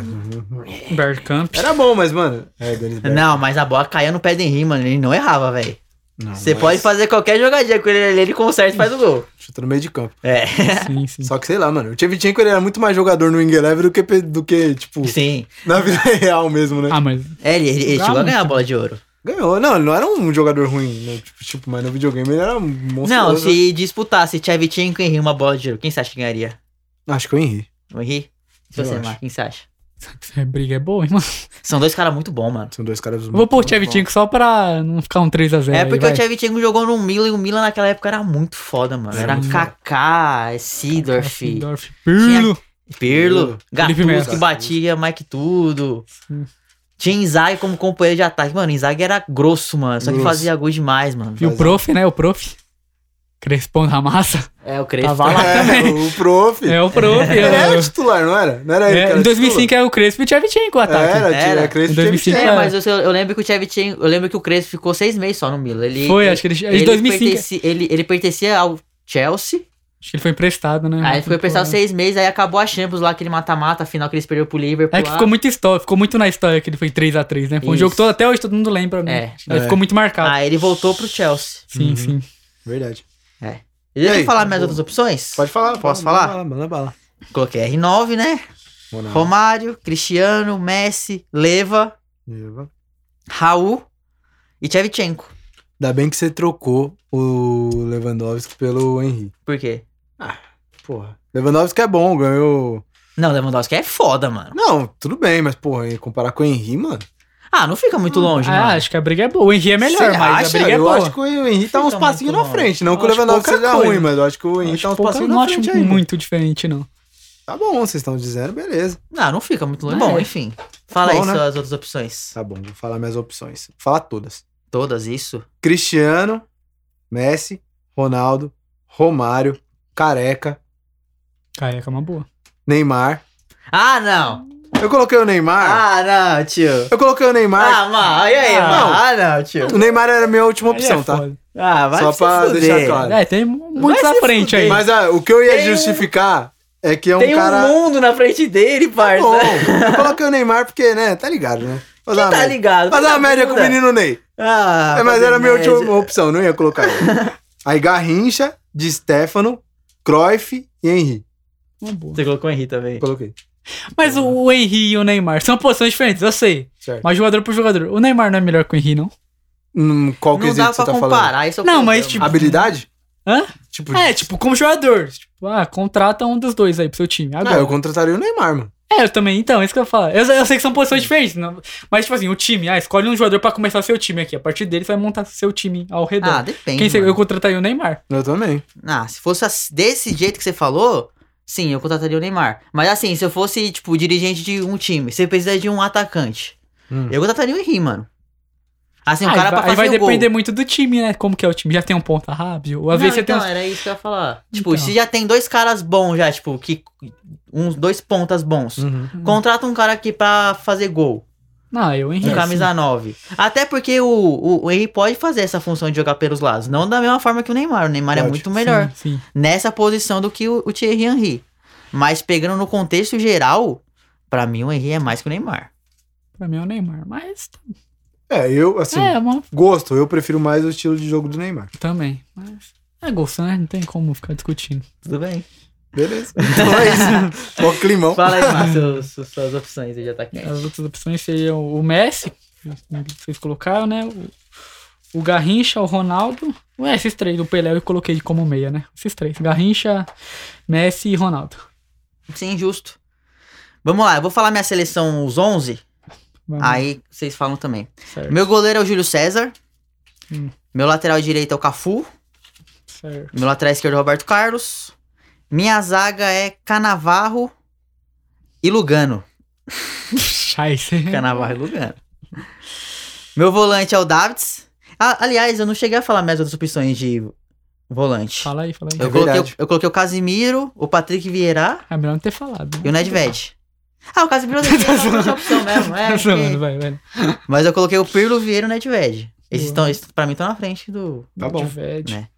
C: Bergkamp.
B: Era bom, mas, mano. É, Denis Bergkamp.
A: Não, mas a bola caía no pé de Henry, mano. Ele não errava, velho.
B: Não,
A: Você
B: mas
A: pode fazer qualquer jogadinha com ele, ele ele conserta e faz o gol.
B: Chuta no meio de campo.
A: É.
C: Sim, sim.
B: Só que sei lá, mano. O Shevchenko ele era muito mais jogador no Ninguém Level do que, pe- do que tipo,
A: Sim.
B: na vida real mesmo, né?
C: Ah, mas.
A: É, ele, ele, ele
C: Dá
A: chegou a
C: muito.
A: ganhar a bola de ouro.
B: Ganhou. Não, ele não era um jogador ruim, né? Tipo, tipo mas no videogame ele era um monstro.
A: não, se disputasse Tchevchenko e Henry uma bola de ouro, quem você acha que ganharia?
B: Ah, Acho que eu Henry.
A: O Henry? Se
B: Eu
A: você,
B: acho.
A: Mar, quem você acha?
C: Essa briga é boa, hein, mano.
A: São dois caras muito bons, mano.
B: São dois caras.
C: Eu vou pôr o Tchevchenko só pra não ficar um 3x0.
A: É porque o
C: Tchevchenko.
A: Tchevchenko jogou no Milan e o Milan naquela época era muito foda, mano. Era
B: muito
A: Kaká, é Sidorf,
C: Pirlo.
A: Pirlo,
C: Felipe Melo.
A: Gattuso que batia, Mike tudo.
C: Sim.
A: Tinha Inzaghi como companheiro de ataque. Mano, Inzaghi era grosso, mano. Só que
B: Grosso.
A: fazia gol demais, mano.
C: E o prof, né? O prof. Crespão da massa.
A: É, o Crespo.
C: Tava lá.
B: É, o prof.
C: É o prof.
B: Ele era
C: é,
B: o titular, não era? Não era ele,
C: é,
B: cara.
C: em 2005 era o Crespo e o Tchevchenko o ataque.
B: Era,
A: Era.
B: era. Crespo
C: Em 2005
A: É,
C: era.
A: mas eu, eu lembro que o Tchevchenko, eu lembro que o Crespo ficou seis meses só no Milan. Ele,
C: é Foi, acho que ele- em 2005.
A: Pertencia, ele, ele pertencia ao Chelsea
C: Acho que ele foi emprestado, né?
A: Aí ele foi pensar seis meses, aí acabou a Champions lá, aquele mata-mata, a final que eles perderam pro Liverpool.
C: É que
A: lá.
C: ficou muito história, ficou muito na história que ele foi 3x3, né? Foi um
A: Isso.
C: jogo todo, até hoje todo mundo lembra, né?
B: É. Uhum.
C: Ele Ficou muito marcado.
A: Aí ele voltou pro Chelsea.
C: Sim, sim.
B: Verdade.
A: Deixa
B: E
A: eu
B: aí?
A: falar minhas outras opções?
B: Pode falar.
A: Posso
B: manda
A: falar?
B: bala, Manda bala.
A: Coloquei R9, né?
B: Mona
A: Romário, Cristiano, Messi, Leva,
B: Eva.
A: Raul e Tchevchenko.
B: Ainda bem que você trocou o Lewandowski pelo Henry.
A: Por quê?
B: Porra. Lewandowski é bom, ganhou.
A: Não, Lewandowski é foda, mano.
B: Não, tudo bem, mas, porra, comparar com o Henry, mano.
A: Ah, não fica muito longe,
C: Ah,
A: mano.
C: acho que a briga é boa. O Henry é melhor,
B: Cê acha?
C: mas a briga é
B: eu
C: boa.
B: acho que o Henry tá
A: Acho
B: uns
A: que tá
B: passinhos
A: muito
B: na
A: longe.
B: frente. Não que o
C: Acho
B: Lewandowski
C: pouca
B: seja
C: coisa.
B: ruim, mas eu acho que o Henry
C: Acho
B: tá uns
C: pouca-
B: passinhos
C: não
B: na
C: acho
B: frente aí. mano.
C: muito diferente, não.
B: Tá bom, vocês estão dizendo, beleza.
A: Ah, não fica muito longe.
C: É.
A: Bom, enfim. Fala
B: Bom,
A: aí
B: né?
A: suas outras opções.
B: Tá bom, vou falar minhas opções. Vou falar todas.
A: Todas isso?
B: Cristiano, Messi, Ronaldo, Romário, Careca,
C: Careca é uma boa.
B: Neymar.
A: Ah, não!
B: Eu coloquei o Neymar.
A: Ah, não, tio.
B: Eu coloquei o Neymar.
A: Ah, mano, e aí,
C: Ah.
A: mano? Ah, não, tio.
B: O Neymar era a minha última
C: Aí
B: opção,
C: é
B: tá?
C: foda.
A: Ah, vai
B: Só
A: se
B: pra
A: fuder.
B: deixar claro.
C: É, tem
A: Vai
C: muitos na
A: se
C: frente aí.
B: Mas ah, o que eu ia
A: Tem um-
B: justificar é que é um
A: Tem
B: cara.
A: um mundo na frente dele, parça.
B: bom. Eu coloquei o Neymar porque, né, tá ligado, né? Fazer uma
A: tá
B: média.
A: ligado? é.
B: Fazer uma média com o menino Ney.
A: Ah,
B: É, mas
A: fazer
B: era a minha
A: média.
B: última opção, não ia colocar ele. Aí Garrincha, Di Stefano, Cruyff e Henry.
C: Uma boa.
A: Você colocou o Henry também.
B: Coloquei.
C: Mas o, o Henry e o Neymar são posições diferentes, eu sei.
B: Certo.
C: Mas jogador por jogador. O Neymar não é melhor que o Henry, não?
B: Hum, qual
A: Não
B: quesito
A: dá
B: você
A: pra
B: tá falando?
A: comparar, isso é o
C: Não,
A: problema.
C: mas, tipo,
B: Habilidade?
C: Hã?
B: Tipo,
C: É, tipo, como jogador. Tipo, ah, contrata um dos dois aí pro seu time.
B: não,
A: tipo,
C: Agora.
B: ah, eu contrataria o Neymar, mano.
C: É, eu também, então, é isso que eu falo. Eu, eu sei que são posições diferentes, não- mas, tipo assim, o time, ah, escolhe um jogador pra começar seu time aqui. A partir dele, você vai montar seu time ao redor.
A: Ah, depende.
C: Quem sei, eu
A: mano.
C: contrataria o Neymar.
B: Eu também.
A: Ah, se fosse ass- desse jeito que você falou, sim, eu contrataria o Neymar. Mas assim, se eu fosse, tipo, dirigente de um time, você precisa de um atacante.
B: Hum.
A: Eu contrataria o Henry, mano. Assim, o
C: aí
A: cara
C: Ah, vai,
A: pra
C: aí
A: fazer
C: vai
A: o gol.
C: depender muito do time, né? Como que é o time? Já tem um ponta rápido? Ou às
A: não,
C: vezes você
A: então,
C: tem uns...
A: era isso que eu ia falar. Tipo,
C: Então.
A: se já tem dois caras bons já, tipo, que uns dois pontas bons.
C: Hum.
A: Contrata um cara aqui pra fazer gol,
C: Não, eu
A: um
C: Henry.
A: camisa 9. Até porque o, o, o Henry pode fazer essa função de jogar pelos lados. Não da mesma forma que o Neymar. O Neymar é
B: Pode,
A: muito melhor
C: Sim, sim.
A: nessa posição do que o, o Thierry Henry. Mas pegando no contexto geral, pra mim o Henry é mais que o Neymar.
C: Pra mim é o Neymar, mas...
B: É, eu, assim,
C: É, uma...
B: gosto. Eu prefiro mais o estilo de jogo do Neymar.
C: também, mas... É gosto, né? Não tem como ficar discutindo.
A: Tudo bem.
B: Beleza. Então é isso. Ó, climão.
A: Fala aí, Márcio, suas, suas opções tá aí de atacante.
C: É. As outras opções seriam o Messi, que vocês colocaram, né? O, o Garrincha, o Ronaldo. Ué, esses três, o Pelé eu coloquei como meia, né? Esses três, Garrincha, Messi e Ronaldo.
A: Sim, justo. Vamos lá, eu vou falar minha seleção, os 11.
C: Vamos,
A: Aí vocês falam também.
C: certo,
A: Meu goleiro é o Júlio César.
C: Hum.
A: Meu lateral direito é o Cafu.
C: certo.
A: Meu lateral esquerdo é o Roberto Carlos. Minha zaga é Canavarro e Lugano.
C: Ai, cê-
A: Canavarro e Lugano. é Meu volante é o Davids. Ah, aliás, eu não cheguei a falar minhas outras opções de volante.
C: Fala aí, fala aí.
A: Eu,
B: É
A: coloquei, o-
B: verdade.
A: eu coloquei o Casimiro, o Patrick Vieira
C: É melhor não ter falado.
A: e o Nedved. Ah, o Casimiro eu deixei
C: Tá
A: só pra deixar opção mesmo. é,
C: Tá
A: porque-
C: zoando, vai, vai.
A: Mas eu coloquei o Pirlo, Vieira e o Nedved. Esses,
C: Boa.
A: tão, esses pra mim estão na frente do,
B: Tá bom.
C: Nedved.
A: Né?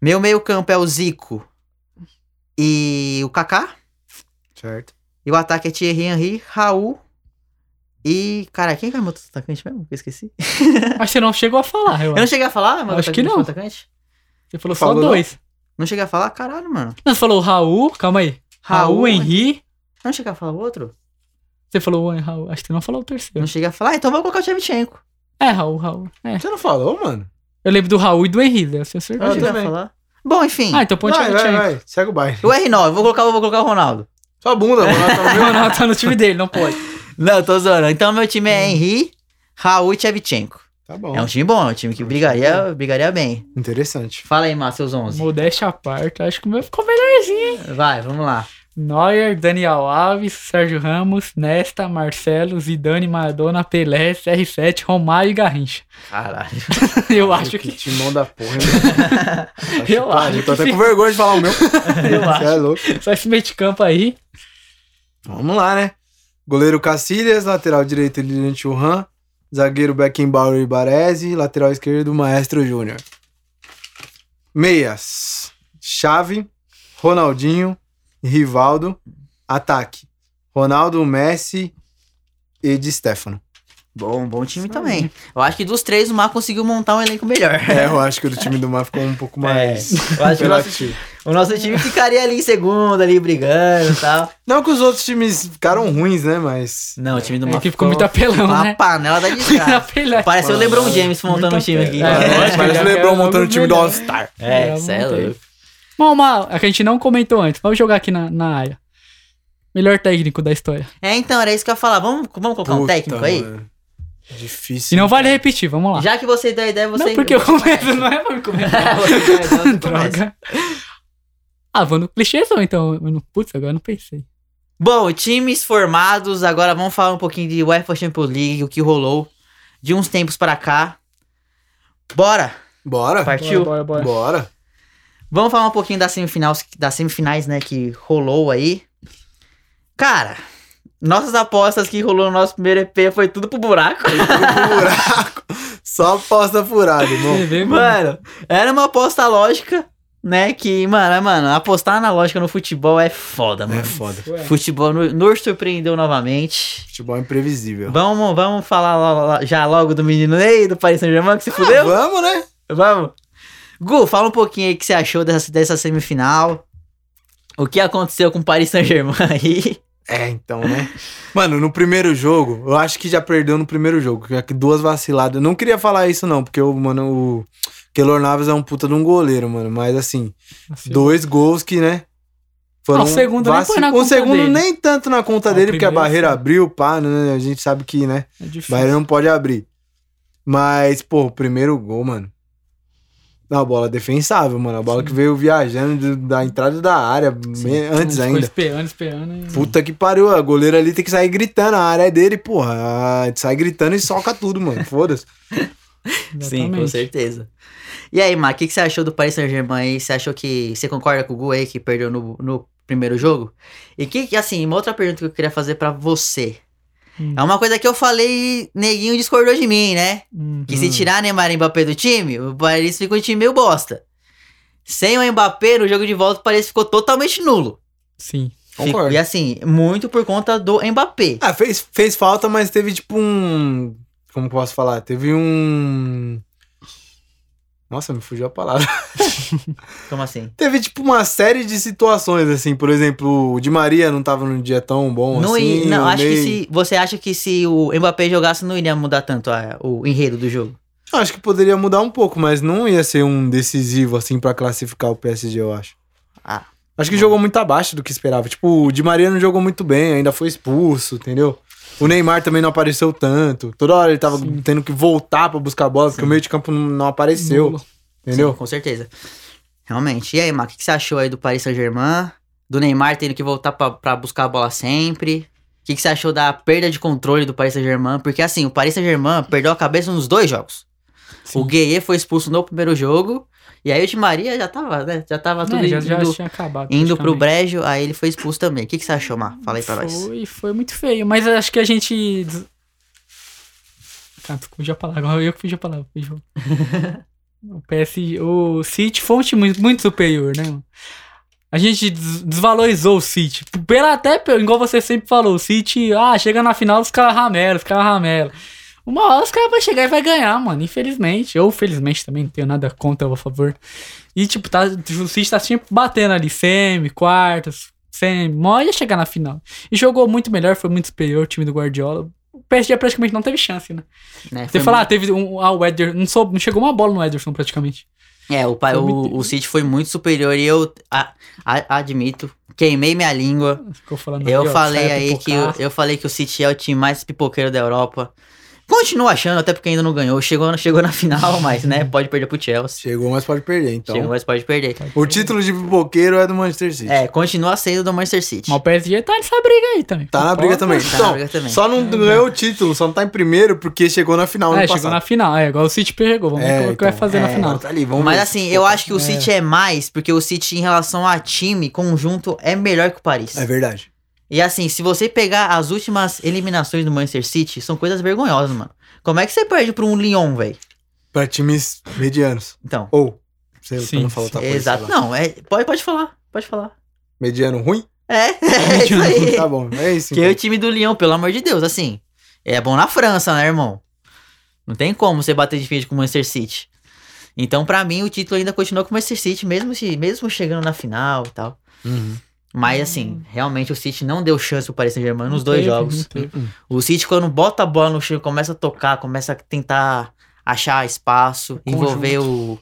A: Meu meio-campo é o Zico e o Kaká.
B: Certo.
A: E o ataque é Thierry Henry, Raul e. Cara, quem que é meu outro atacante mesmo? Eu esqueci.
C: Mas você não chegou a falar,
A: Né?
C: eu
A: Eu não
C: acho.
A: cheguei a falar, meu
C: Acho
A: atacante,
C: que não.
A: meu atacante?
C: Você falou só
B: Falou, não?
C: dois.
A: Não cheguei a falar? Caralho, mano.
C: Não, você falou o Raul, calma aí. Raul,
A: né?
C: Henry.
A: Não cheguei a falar o outro?
C: Você falou o Raul. Acho que você não falou o terceiro.
A: Não cheguei a falar, então vou colocar o Shevchenko.
C: É, Raul, Raul. É.
B: Você não falou, mano?
C: Eu lembro do Raul e do Henry, né? Você acertou.
A: Não cheguei a
B: também.
A: falar. Bom, enfim.
C: Ah, então põe o
B: vai, vai,
C: Tchevchenko.
B: vai. Segue o baile.
A: O R9, vou colocar, vou colocar o Ronaldo.
B: Sua bunda, mano. Tá
C: O
B: vendo?
C: Ronaldo tá no time dele, não pode.
A: Não, tô zoando. Então meu time
C: Hum.
A: é Henry, Raul e Shevchenko.
B: Tá bom.
A: É um time bom, é um time que brigaria, brigaria bem.
B: Interessante.
A: Fala aí, Márcio, seus 11.
C: Modéstia à parte, acho que o meu ficou melhorzinho, hein?
A: Vai, vamos lá.
C: Neuer, Daniel Alves, Sérgio Ramos, Nesta, Marcelo, Zidane, Maradona, Pelé, CR7, Romário e Garrincha.
A: Caralho.
C: Eu acho que.
B: timão da porra, hein, mano? Tá
C: Eu
B: chupado,
C: acho
B: Eu tô
C: que
B: até
C: sim.
B: com vergonha de falar o meu.
C: Eu
B: Você é louco.
C: acho. Só esse meio de campo aí.
B: Vamos lá, né? Goleiro Cacilhas, lateral direito Lilian Churran, zagueiro Beckenbauer e Baresi, lateral esquerdo Maestro Júnior. Meias, Chave, Ronaldinho, Rivaldo, ataque. Ronaldo, Messi e Di Stefano.
A: Bom, bom time também. Eu acho que dos três o Mar conseguiu montar um elenco melhor. É,
B: É, eu acho que o do time do Mar ficou um
C: É.
B: pouco mais.
A: Eu acho que o nosso,
B: apelativo.
A: o nosso time ficaria ali em segundo, ali brigando e tal.
B: Não que os outros times ficaram ruins, né? Mas.
A: Não, o time do
C: É
A: Mar
C: que ficou muito apelão,
A: uma
C: né?
A: panela da desgraça.
C: Apelão.
A: Parece o LeBron James montando um
C: Muito
A: time aqui.
C: apelão.
A: É,
C: É.
B: Parece o
C: já
B: Lebron
C: quero
B: montando o
C: algo
B: time do
C: melhor.
B: All-Star.
C: É,
A: cê é
C: montei.
A: louco.
C: Bom, uma a que a gente não comentou antes. Vamos jogar aqui na, na área. Melhor técnico da história.
A: É, então, era isso que eu ia falar. Vamos, vamos colocar um
B: Puta,
A: técnico aí?
B: mano. Difícil.
C: E não vale repetir, vamos lá.
A: Já que você deu a ideia, você.
C: não, porque eu começo, não é pra me comentar.
A: Você deu a ideia, você começa.
C: Droga. Ah, vou no clichêzão, então. Eu não- Putz, agora eu não pensei.
A: Bom, times formados, agora vamos falar um pouquinho de UEFA Champions League, o que rolou de uns tempos pra cá. Bora,
B: Bora.
A: partiu?
C: Bora, bora, bora.
B: Bora.
A: Vamos falar um pouquinho das semifinais, das semifinais, né, que rolou aí. Cara, nossas apostas que rolou no nosso primeiro EP foi tudo pro buraco.
B: buraco. Só aposta furada, irmão.
C: Você vê, mano.
A: mano, era uma aposta lógica, né, que, mano, mano, apostar na lógica no futebol é foda, mano.
B: É foda.
A: Futebol no- nos surpreendeu novamente.
B: Futebol é imprevisível.
A: Vamos, vamos falar lo- lo- já logo do menino Ney, do Paris Saint-Germain, que se fudeu?
B: Vamos, né?
A: Vamos. Gu, fala um pouquinho aí o que você achou dessa, dessa semifinal. O que aconteceu com o Paris Saint-Germain aí?
B: É, então, né? Mano, no primeiro jogo, eu acho que já perdeu no primeiro jogo. Já que duas vaciladas. Não queria falar isso, não, porque o, mano, o Keylor Naves é um puta de um goleiro, mano. Mas assim, dois gols que, né?
C: Ah, o segundo nem foi na
B: O
C: conta
B: segundo
C: dele.
B: nem tanto na conta
C: Ah, o
B: dele, porque a
C: primeiro,
B: barreira
C: sim.
B: abriu, pá, né? A gente sabe que, né?
C: É difícil.
B: Barreira não pode abrir. Mas, pô, o primeiro gol, mano. Uma bola é defensável, mano. A bola que veio viajando do- da entrada da área, me- antes
C: Ficou
B: ainda.
C: Esperando, esperando. e-
B: Puta que pariu, a goleira ali tem que sair gritando, a área é dele, porra. Ah, Sai gritando e soca tudo, mano. Foda-se.
C: Exatamente.
A: com certeza. E aí, Mar, o que, que você achou do Paris Saint-Germain aí? Você achou que. Você concorda com o Gu aí que perdeu no, no primeiro jogo? E que, que, assim, uma outra pergunta que eu queria fazer pra você.
C: Hum.
A: É uma coisa que eu falei e neguinho discordou de mim, né?
C: Hum.
A: Que se
B: Hum.
A: tirar Neymar e Mbappé do time, o Paris fica um time meio bosta. Sem o Mbappé, no jogo de volta, o Paris ficou totalmente nulo.
C: Sim.
A: Fico-
B: Concordo.
A: E assim, muito por conta do Mbappé.
B: Ah, fez, fez falta, mas teve tipo um. Como que eu posso falar? Teve um. Nossa, me fugiu a palavra.
A: Como assim?
B: Teve tipo uma série de situações, assim. Por exemplo, o Di Maria não tava num dia tão bom
A: não,
B: assim.
A: i- não
B: o
A: acho que
B: Ney-
A: se, você acha que se o Mbappé jogasse, não iria mudar tanto a- o enredo do jogo?
B: Eu Acho que poderia mudar um pouco, mas não ia ser um decisivo, assim, pra classificar o PSG, eu acho.
A: Ah.
B: Acho que jogou muito abaixo do que esperava. Tipo, o Di Maria não jogou muito bem, ainda foi expulso, entendeu? O Neymar também não apareceu tanto. Toda hora ele tava tendo que voltar pra buscar a bola, porque o meio de campo não- não apareceu,
C: Nulo.
B: entendeu?
A: Sim, com certeza. Realmente. E aí, Mar, o que, que você achou aí do Paris Saint-Germain? Do Neymar tendo que voltar pra, pra buscar a bola sempre? O que, que você achou da perda de controle do Paris Saint-Germain? Porque assim, o Paris Saint-Germain perdeu a cabeça nos dois jogos.
C: Sim.
A: O Gueye foi expulso no primeiro jogo. E aí o Di Maria já tava, né? Já tava tudo
C: É, já, já
A: indo,
C: tinha acabado.
A: indo pro
C: praticamente.
A: brejo, aí ele foi expulso também. O que, que você achou, Mar? Fala aí pra nós.
C: Foi, foi muito feio, mas eu acho que a gente. des- Cara, tu fugiu a palavra, agora eu que fugi a palavra. fugiu. o PSG, o City foi um time muito, muito superior, né? mano? A gente des- desvalorizou o City. Pela, até, pelo- igual você sempre falou, o City, ah, chega na final, os caras ramelam, os caras ramelam. Uma hora os caras vão chegar e vai ganhar, mano. Infelizmente. Ou felizmente também, não tenho nada contra, a favor. E, tipo, tá, o City tá sempre batendo ali, semi, quartas, semi. Uma hora ia chegar na final. E jogou muito melhor, foi muito superior o time do Guardiola. O PSG praticamente não teve chance, né?
A: Né?
C: Você
A: Foi
C: falar, ah, teve um. Ah, o Ederson. Não, soube- não chegou uma bola no Ederson praticamente.
A: É, o, pai,
C: Foi
A: o,
C: muito-
A: o City foi muito superior e eu a- a- admito, queimei minha língua.
C: Ficou falando.
A: Eu
C: "Ó, tá."
A: falei
C: sai
A: aí que eu,
C: pipocar".
A: eu falei que o City é o time mais pipoqueiro da Europa. Continuo achando, até porque ainda não ganhou. Chegou, chegou na final, mas né, pode perder pro Chelsea.
B: Chegou, mas pode perder, então.
A: Chegou, mas pode perder.
B: O título de pipoqueiro é do Manchester City.
A: É, continua sendo do Manchester City.
C: Mas o PSG tá nessa briga aí também.
B: Tá na
C: Pô,
B: briga também.
A: tá na
B: então,
A: briga também.
B: só não ganhou o título, só não tá em primeiro porque chegou na final
C: É,
B: ano
C: chegou
B: passado.
C: na final. É, igual o City pegou. Vamos ver
B: É,
C: como que vai
B: então,
C: fazer na
B: é,
C: final.
B: agora Tá ali, vamos
A: Mas
B: ver.
A: assim, eu acho que o City é mais, porque o City, em relação a time, conjunto, é melhor que o Paris.
B: É verdade.
A: E assim, se você pegar as últimas eliminações do Manchester City, são coisas vergonhosas, mano. Como é que você perde pra um Lyon, velho?
B: Pra times medianos.
A: Então.
B: Ou, sei lá, pra
C: Sim,
B: não falar outra coisa.
A: Exato.
B: sei lá.
A: Não, é, pode, pode falar. Pode falar.
B: Mediano ruim?
A: É, é isso aí.
B: Tá bom, é isso.
A: Que é o time do Lyon, pelo amor de Deus, assim. É bom na França, né, irmão? Não tem como você bater de frente com o Manchester City. Então, pra mim, o título ainda continua com o Manchester City, mesmo, se, mesmo chegando na final e tal.
B: então. Uhum.
A: Mas, assim, realmente o City não deu chance pro Paris Saint-Germain nos dois
C: Teve,
A: jogos.
C: Hum. não teve.
A: O City, quando bota a bola no chão, começa a tocar, começa a tentar achar espaço, envolver o,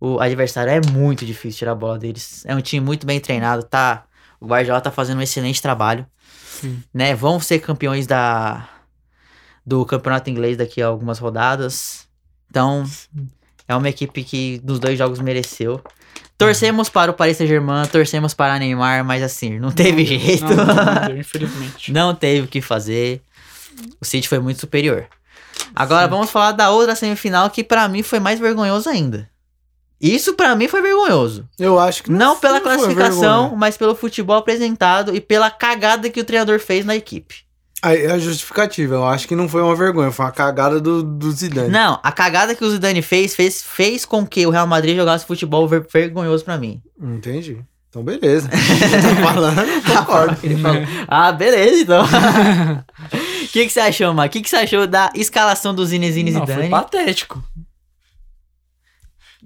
A: o adversário. É muito difícil tirar a bola deles. É um time muito bem treinado, tá? O Guardiola tá fazendo um excelente trabalho.
C: Sim.
A: Né? Vão ser campeões da do campeonato inglês daqui a algumas rodadas. Então, é uma equipe que nos dois jogos mereceu. Torcemos
C: Uhum.
A: para o Paris Saint-Germain, torcemos para Neymar, mas assim, não teve jeito.
C: Não, não deu, infelizmente.
A: Não teve o que fazer. O City foi muito superior. Agora vamos falar da outra semifinal que pra mim foi mais vergonhoso ainda. Isso pra mim foi vergonhoso.
B: Eu acho que
A: Não pela
B: foi
A: classificação,
B: vergonha.
A: mas pelo futebol apresentado e pela cagada que o treinador fez na equipe.
B: Aí, a justificativa, eu acho que não foi uma vergonha, foi uma cagada do, do Zidane.
A: Não, a cagada que o Zidane fez fez, fez com que o Real Madrid jogasse futebol ver- vergonhoso pra mim.
B: Entendi. Então, beleza. tá falando, concordo.
A: Ele falou, ah, beleza então. O que, que você achou, Mar? O que, que você achou da escalação do Zine Zine
C: Não, foi
A: Zidane?
C: patético.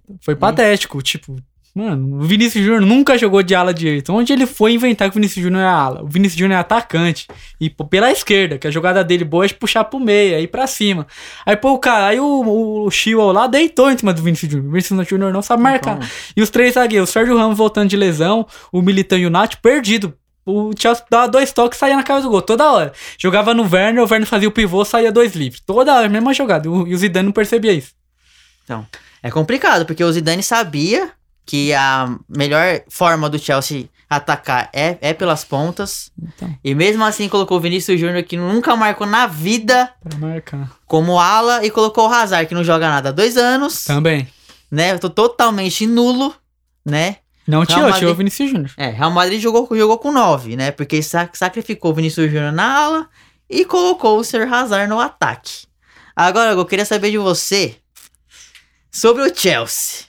A: Hum.
C: Foi patético, tipo... Mano, o Vinícius Júnior nunca jogou de ala direita. Onde ele foi inventar que o Vinícius Júnior é ala? O Vinícius Júnior é atacante. E pô, pela esquerda, que a jogada dele boa é de puxar pro meio, aí pra cima. Aí, pô, o cara, aí o, o Chihuahua lá deitou em cima do Vinícius Júnior. O Vinícius Júnior não sabe marcar. E os três zagueiros, o Sérgio Ramos voltando de lesão, o Militão e o Nath perdido. O Chelsea dava dois toques e saía na cara do gol toda hora. Jogava no Werner, o Werner fazia o pivô, saía dois livres. Toda hora, mesma jogada. E o e o Zidane não percebia isso.
A: Então, é complicado, porque o Zidane sabia que a melhor forma do Chelsea atacar é, é pelas pontas.
C: Então.
A: E mesmo assim colocou o Vinícius Júnior, que nunca marcou na vida,
C: Pra marcar.
A: como ala, e colocou o Hazard, que não joga nada há dois anos,
C: Também.
A: né? Tô totalmente nulo, né?
C: Não tirou,
A: Madrid-
C: tirou o Vinícius Júnior.
A: É, Real Madrid jogou, jogou com nove, né? Porque sac- sacrificou o Vinícius Júnior na ala e colocou o Sr. Hazard no ataque. Agora, eu queria saber de você sobre o Chelsea.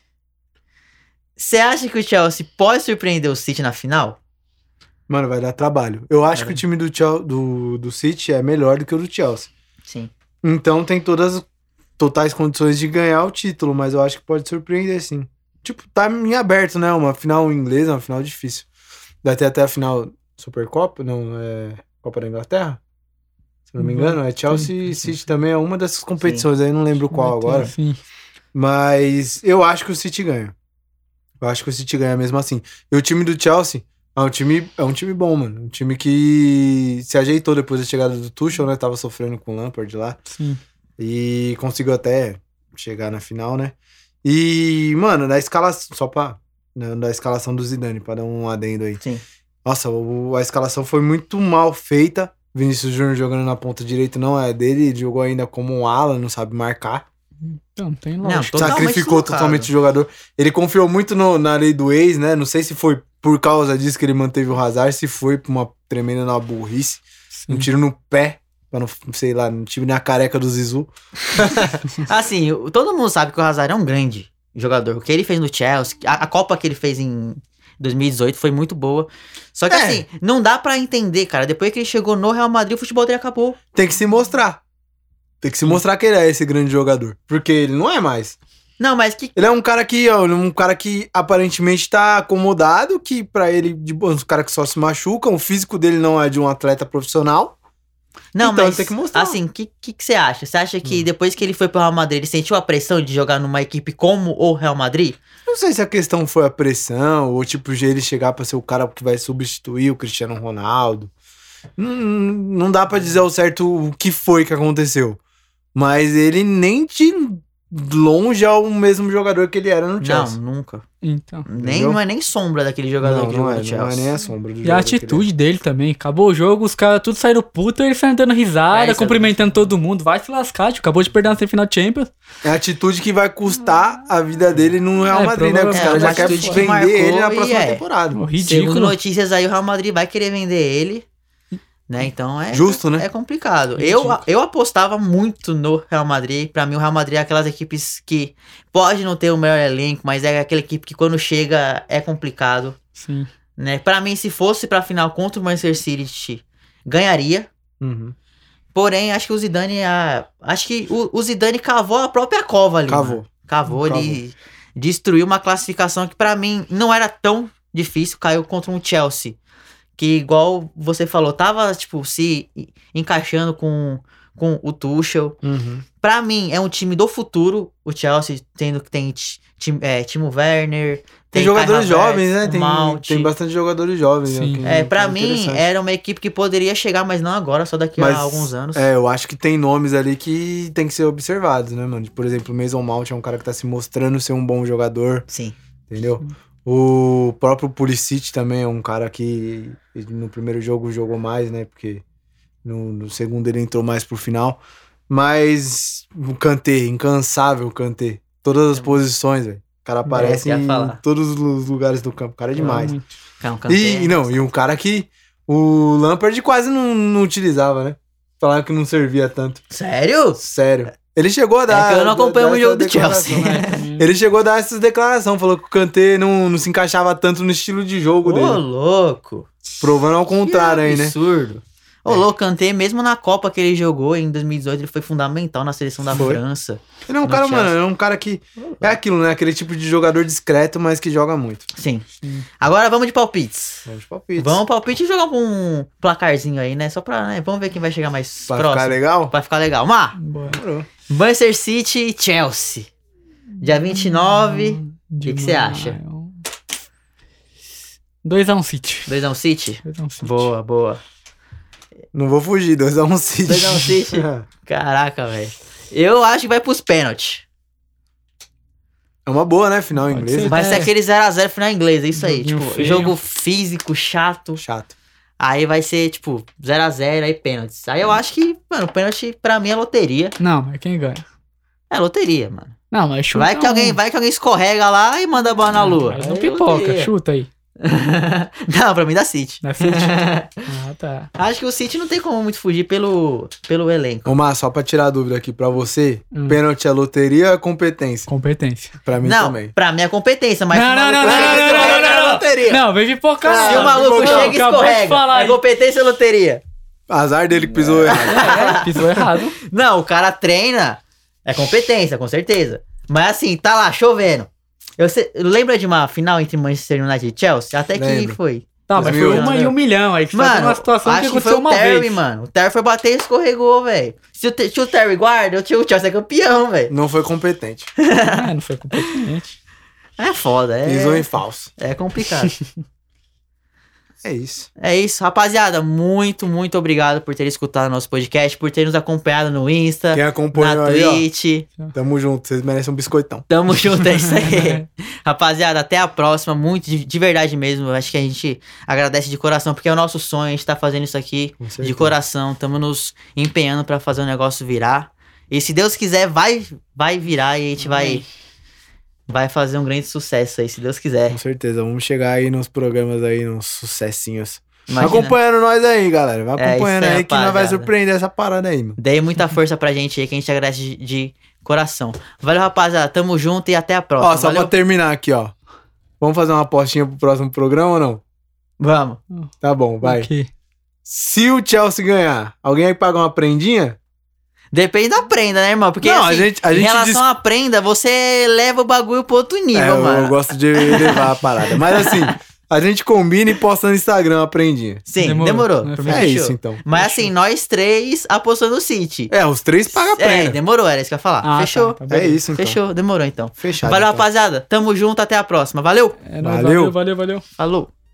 A: Você acha que o Chelsea pode surpreender o City na final?
B: Mano, vai dar trabalho. Eu acho que o time do, Chel- do, do City é melhor do que o do Chelsea.
A: Sim.
B: Então tem todas as totais condições de ganhar o título, mas eu acho que pode surpreender sim. Tipo, tá em aberto, né? Uma final inglesa, uma final difícil. Vai ter até a final Supercopa, não é Copa da Inglaterra? Se não me
C: Uhum.
B: engano, é Chelsea
C: Sim,
B: e
C: sim, sim.
B: City também é uma dessas competições aí, não lembro qual
C: Vai ter,
B: agora.
C: Sim.
B: Mas eu acho que o City ganha. Eu acho que o City ganha mesmo assim. E o time do Chelsea é um time, é um time bom, mano. Um time que se ajeitou depois da chegada do Tuchel, né? Tava sofrendo com o Lampard lá.
C: Sim.
B: E conseguiu até chegar na final, né? E, mano, da escalação. Só pra. né, Da escalação do Zidane, pra dar um adendo aí.
A: Sim.
B: Nossa, o- a escalação foi muito mal feita. Vinícius Júnior jogando na ponta direita não é dele, ele jogou ainda como um ala, não sabe marcar.
C: Então, não tem
A: Não,
C: lógica.
A: tô- Totalmente
B: sacrificou
A: deslocado.
B: totalmente o jogador. Ele confiou muito no- na lei do ex, né? Não sei se foi por causa disso que ele manteve o Hazard, se foi por uma tremenda na burrice, um
C: Sim.
B: tiro no pé, pra não, sei lá, um time na careca do Zizu.
A: Assim, o- todo mundo sabe que o Hazard é um grande jogador. O que ele fez no Chelsea, a, a Copa que ele fez em 2018 foi muito boa. Só que
B: É.
A: assim, não dá pra entender, cara. Depois que ele chegou no Real Madrid, o futebol dele acabou.
B: Tem que se mostrar. Tem que se mostrar que ele é esse grande jogador. Porque ele não é mais.
A: Não, mas que
B: Ele é um cara que, ó, um cara que aparentemente tá acomodado, que pra ele, de boa, um cara que só se machuca, o físico dele não é de um atleta profissional.
A: Não,
B: Então,
A: mas
B: tem que mostrar. Hum.
A: assim, o que, que, que você acha? Você acha que depois que ele foi pro Real Madrid, ele sentiu a pressão de jogar numa equipe como o Real Madrid?
B: Não sei se a questão foi a pressão, ou tipo, ele chegar pra ser o cara que vai substituir o Cristiano Ronaldo. Não, não dá pra dizer ao certo o que foi que aconteceu. Mas ele nem de longe é o mesmo jogador que ele era no Chelsea.
A: Não, nunca.
C: Então.
A: Nem,
B: Entendeu?
A: não é nem sombra daquele jogador
B: Não,
A: que
B: não
A: jogou
B: é,
A: no Chelsea.
B: não é nem a sombra do
C: E a
B: jogador né? que ele
C: atitude dele também. Acabou o jogo, os caras tudo saíram puto, ele saiu dando risada,
A: É, isso é
C: cumprimentando todo mundo. Vai se lascar, tio. Acabou de perder na semifinal de Champions.
B: É a atitude que vai custar a vida dele no Real
C: É,
B: Madrid, né? Porque os
C: provavelmente.
B: caras
A: É,
B: já
A: uma
B: querem
A: atitude que
B: vender
A: marcou
B: ele na
A: e
B: próxima
A: é.
B: temporada.
A: Segundo
C: um Ridículo.
A: notícias aí, o Real Madrid vai querer vender ele. Né? Então é.
B: Hum. Justo, né?
A: É complicado. Eu,
C: Ridículo.
A: eu apostava muito no Real Madrid. Pra mim, o Real Madrid é aquelas equipes que pode não ter o melhor elenco, mas é aquela equipe que quando chega é complicado.
C: Sim.
A: Né? Para mim, se fosse pra final contra o Manchester City, ganharia.
B: Uhum.
A: Porém, acho que o Zidane. ah, acho que o, o Zidane cavou a própria cova ali.
B: Cavou.
A: mano. Cavou, ele destruiu uma classificação que pra mim não era tão difícil. Caiu contra um Chelsea. Que, igual você falou, tava, tipo, se encaixando com, com o Tuchel.
B: Uhum.
A: Pra mim, é um time do futuro. O Chelsea tendo que tem ti- ti- é, Timo Werner.
B: Tem,
A: Kai
B: jogadores
A: Havertz,
B: jovens, né?
A: o
B: Tem,
A: Mount.
B: tem bastante jogadores jovens. né?
C: Sim.
B: Que-
A: É, pra
B: que
A: mim,
B: interessante.
A: era uma equipe que poderia chegar, mas não agora, só daqui
B: Mas,
A: a alguns anos.
B: É, eu acho que tem nomes ali que tem que ser observados, né, mano? Por exemplo, o Mason Mount é um cara que tá se mostrando ser um bom jogador,
A: Sim.
B: entendeu? O próprio Pulisic também é um cara que ele no primeiro jogo jogou mais, né? Porque no, no segundo ele entrou mais pro final. Mas o Kanté, incansável Kanté. Todas as posições, velho. O cara aparece
A: É. ia
B: em
A: falar.
B: todos os lugares do campo. O cara é demais.
A: É um Kanté.
B: E, e não, e um cara que o Lampard quase não, não utilizava, né? Falava que não servia tanto.
A: Sério?
B: Sério. Ele chegou a dar.
A: é que eu não acompanho
B: dar
A: o
B: essa
A: jogo do
B: declaração,
A: Chelsea.
B: né? Ele chegou a dar essas declarações, falou que o Kanté não, não se encaixava tanto no estilo de jogo
A: Ô,
B: Um dele.
A: louco.
B: Provando ao contrário aí, né?
A: Absurdo. Ô, louco, Kanté, mesmo na Copa que ele jogou em 2018, ele foi fundamental na seleção da
B: Foi.
A: França.
B: Ele é um
A: No
B: cara, mano,
A: Chelsea.
B: é um cara que. É aquilo, né? Aquele tipo de jogador discreto, mas que joga muito. É
A: Sim. Agora vamos de palpites.
B: Vamos de palpite.
A: Vamos palpite e jogar um placarzinho aí, né? Só pra, né? Vamos ver quem vai chegar mais
B: Pra
A: próximo.
B: ficar legal?
A: Pra ficar legal. Má,
B: Demorou.
A: Manchester City e Chelsea. Dia 29, que que você acha?
C: 2x1 City.
A: 2x1 City.
C: 2x1 City.
A: Boa, boa.
B: Não vou fugir, 2x1 City.
A: 2x1 City.
B: É
A: Caraca, velho. Eu acho que vai pros pênaltis.
B: uma boa, né? Final
C: Pode
B: inglesa.
C: ser.
A: Vai
C: É.
A: ser aquele 0x0 final inglês, é isso aí.
C: Joguinho
A: tipo,
C: feio.
A: jogo físico, chato.
B: Chato.
A: Aí vai ser, tipo, 0x0, aí pênaltis. Aí eu acho que, mano, pênalti pra mim é loteria.
C: Não, mas quem ganha?
A: É loteria, mano.
C: Não, mas chuta.
A: Vai que,
C: um.
A: alguém, vai que alguém escorrega lá e manda a bola na lua.
C: Mas não
A: Aí
C: pipoca,
A: loteria.
C: chuta aí.
A: não, pra mim dá City.
C: Na City. ah, tá.
A: Acho que o City não tem como muito fugir pelo, pelo elenco.
B: Ô, Mar, só pra tirar a dúvida aqui pra você,
C: Hum.
B: pênalti é loteria ou é competência?
C: Competência.
B: Pra mim
A: não,
B: também.
A: pra mim é competência, mas.
C: Não,
A: se o
C: não,
A: maluco- é
C: não, não, não, não, não, não, não.
B: loteria.
C: Não, vem pipoca não.
A: Se o maluco
B: Não,
A: chega e
C: Acabou de
A: escorrega,
C: falar
A: é
C: aí.
A: competência ou loteria?
B: Azar dele que pisou errado.
C: É, pisou errado.
A: Não, o cara treina, é competência, com certeza. Mas assim, tá lá, chovendo. Eu sei- lembra de uma final entre Manchester United e Chelsea? Até que
B: Lembro.
A: foi.
C: Tá, mas foi
B: 2008,
C: uma
B: né?
C: e um milhão aí. Que você tá
A: Mano,
C: numa situação que
A: acho que foi
C: aconteceu
A: o
C: uma
A: Terry,
C: vez.
A: mano. O Terry foi bater e escorregou, velho. Se, o Te- se o Terry guarda, o Chelsea é campeão, velho.
B: Não foi competente.
C: Ah, não foi competente.
A: É foda,
B: Pisou em
A: é,
B: falso.
A: é complicado.
B: É isso.
A: É isso, rapaziada. Muito, muito obrigado por ter escutado nosso podcast, por ter nos acompanhado no Insta,
B: Quem
A: na
B: acompanhou aí, ó.
A: Twitch.
B: Tamo junto, vocês merecem um biscoitão.
A: Tamo junto, é isso aí. rapaziada, até a próxima. Muito de, de verdade mesmo. Acho que a gente agradece de coração, porque é o nosso sonho. A gente tá fazendo isso aqui
B: Com certeza.
A: de coração. Tamo nos empenhando pra fazer o negócio virar. E se Deus quiser, vai, vai virar e a gente vai, vai fazer um grande sucesso aí, se Deus quiser.
B: Com certeza, vamos chegar aí nos programas aí, nos sucessinhos.
A: Imagina.
B: Acompanhando nós aí, galera. Vai
A: É,
B: acompanhando
A: isso aí,
B: aí que nós vai
A: rapaziada.
B: surpreender essa parada aí, mano.
A: Dei muita força pra gente aí, que a gente agradece de, de coração. Valeu, rapaziada. Tamo junto e até a próxima.
B: Ó, só
A: Valeu.
B: pra terminar aqui, ó. Vamos fazer uma apostinha pro próximo programa ou não?
A: Vamos.
B: Tá bom, vai.
C: Ok.
B: Se o Chelsea ganhar, alguém aí paga uma prendinha?
A: Depende da prenda, né, irmão? Porque
B: Não, a
A: assim,
B: gente- a
A: em
B: gente
A: relação
B: dis-
A: à prenda, você leva o bagulho pro outro nível,
B: É, eu, eu
A: mano.
B: gosto de levar a parada. Mas assim, a gente combina e posta no Instagram a prendinha.
A: Sim,
C: Demorou.
A: demorou.
C: É
A: Fechou.
B: É isso, então.
A: Mas assim, nós três apostou no City.
B: É, os três pagam
A: É,
B: a prenda.
A: demorou, era isso que eu ia falar.
C: Ah,
A: Fechou.
C: tá, tá
B: É,
C: beleza.
B: isso, então.
A: Fechou, demorou então.
B: Fechado.
A: valeu,
B: então.
A: rapaziada. Tamo junto, até a próxima. Valeu.
C: É nóis,
B: Valeu.
C: valeu, valeu, valeu.
A: Falou.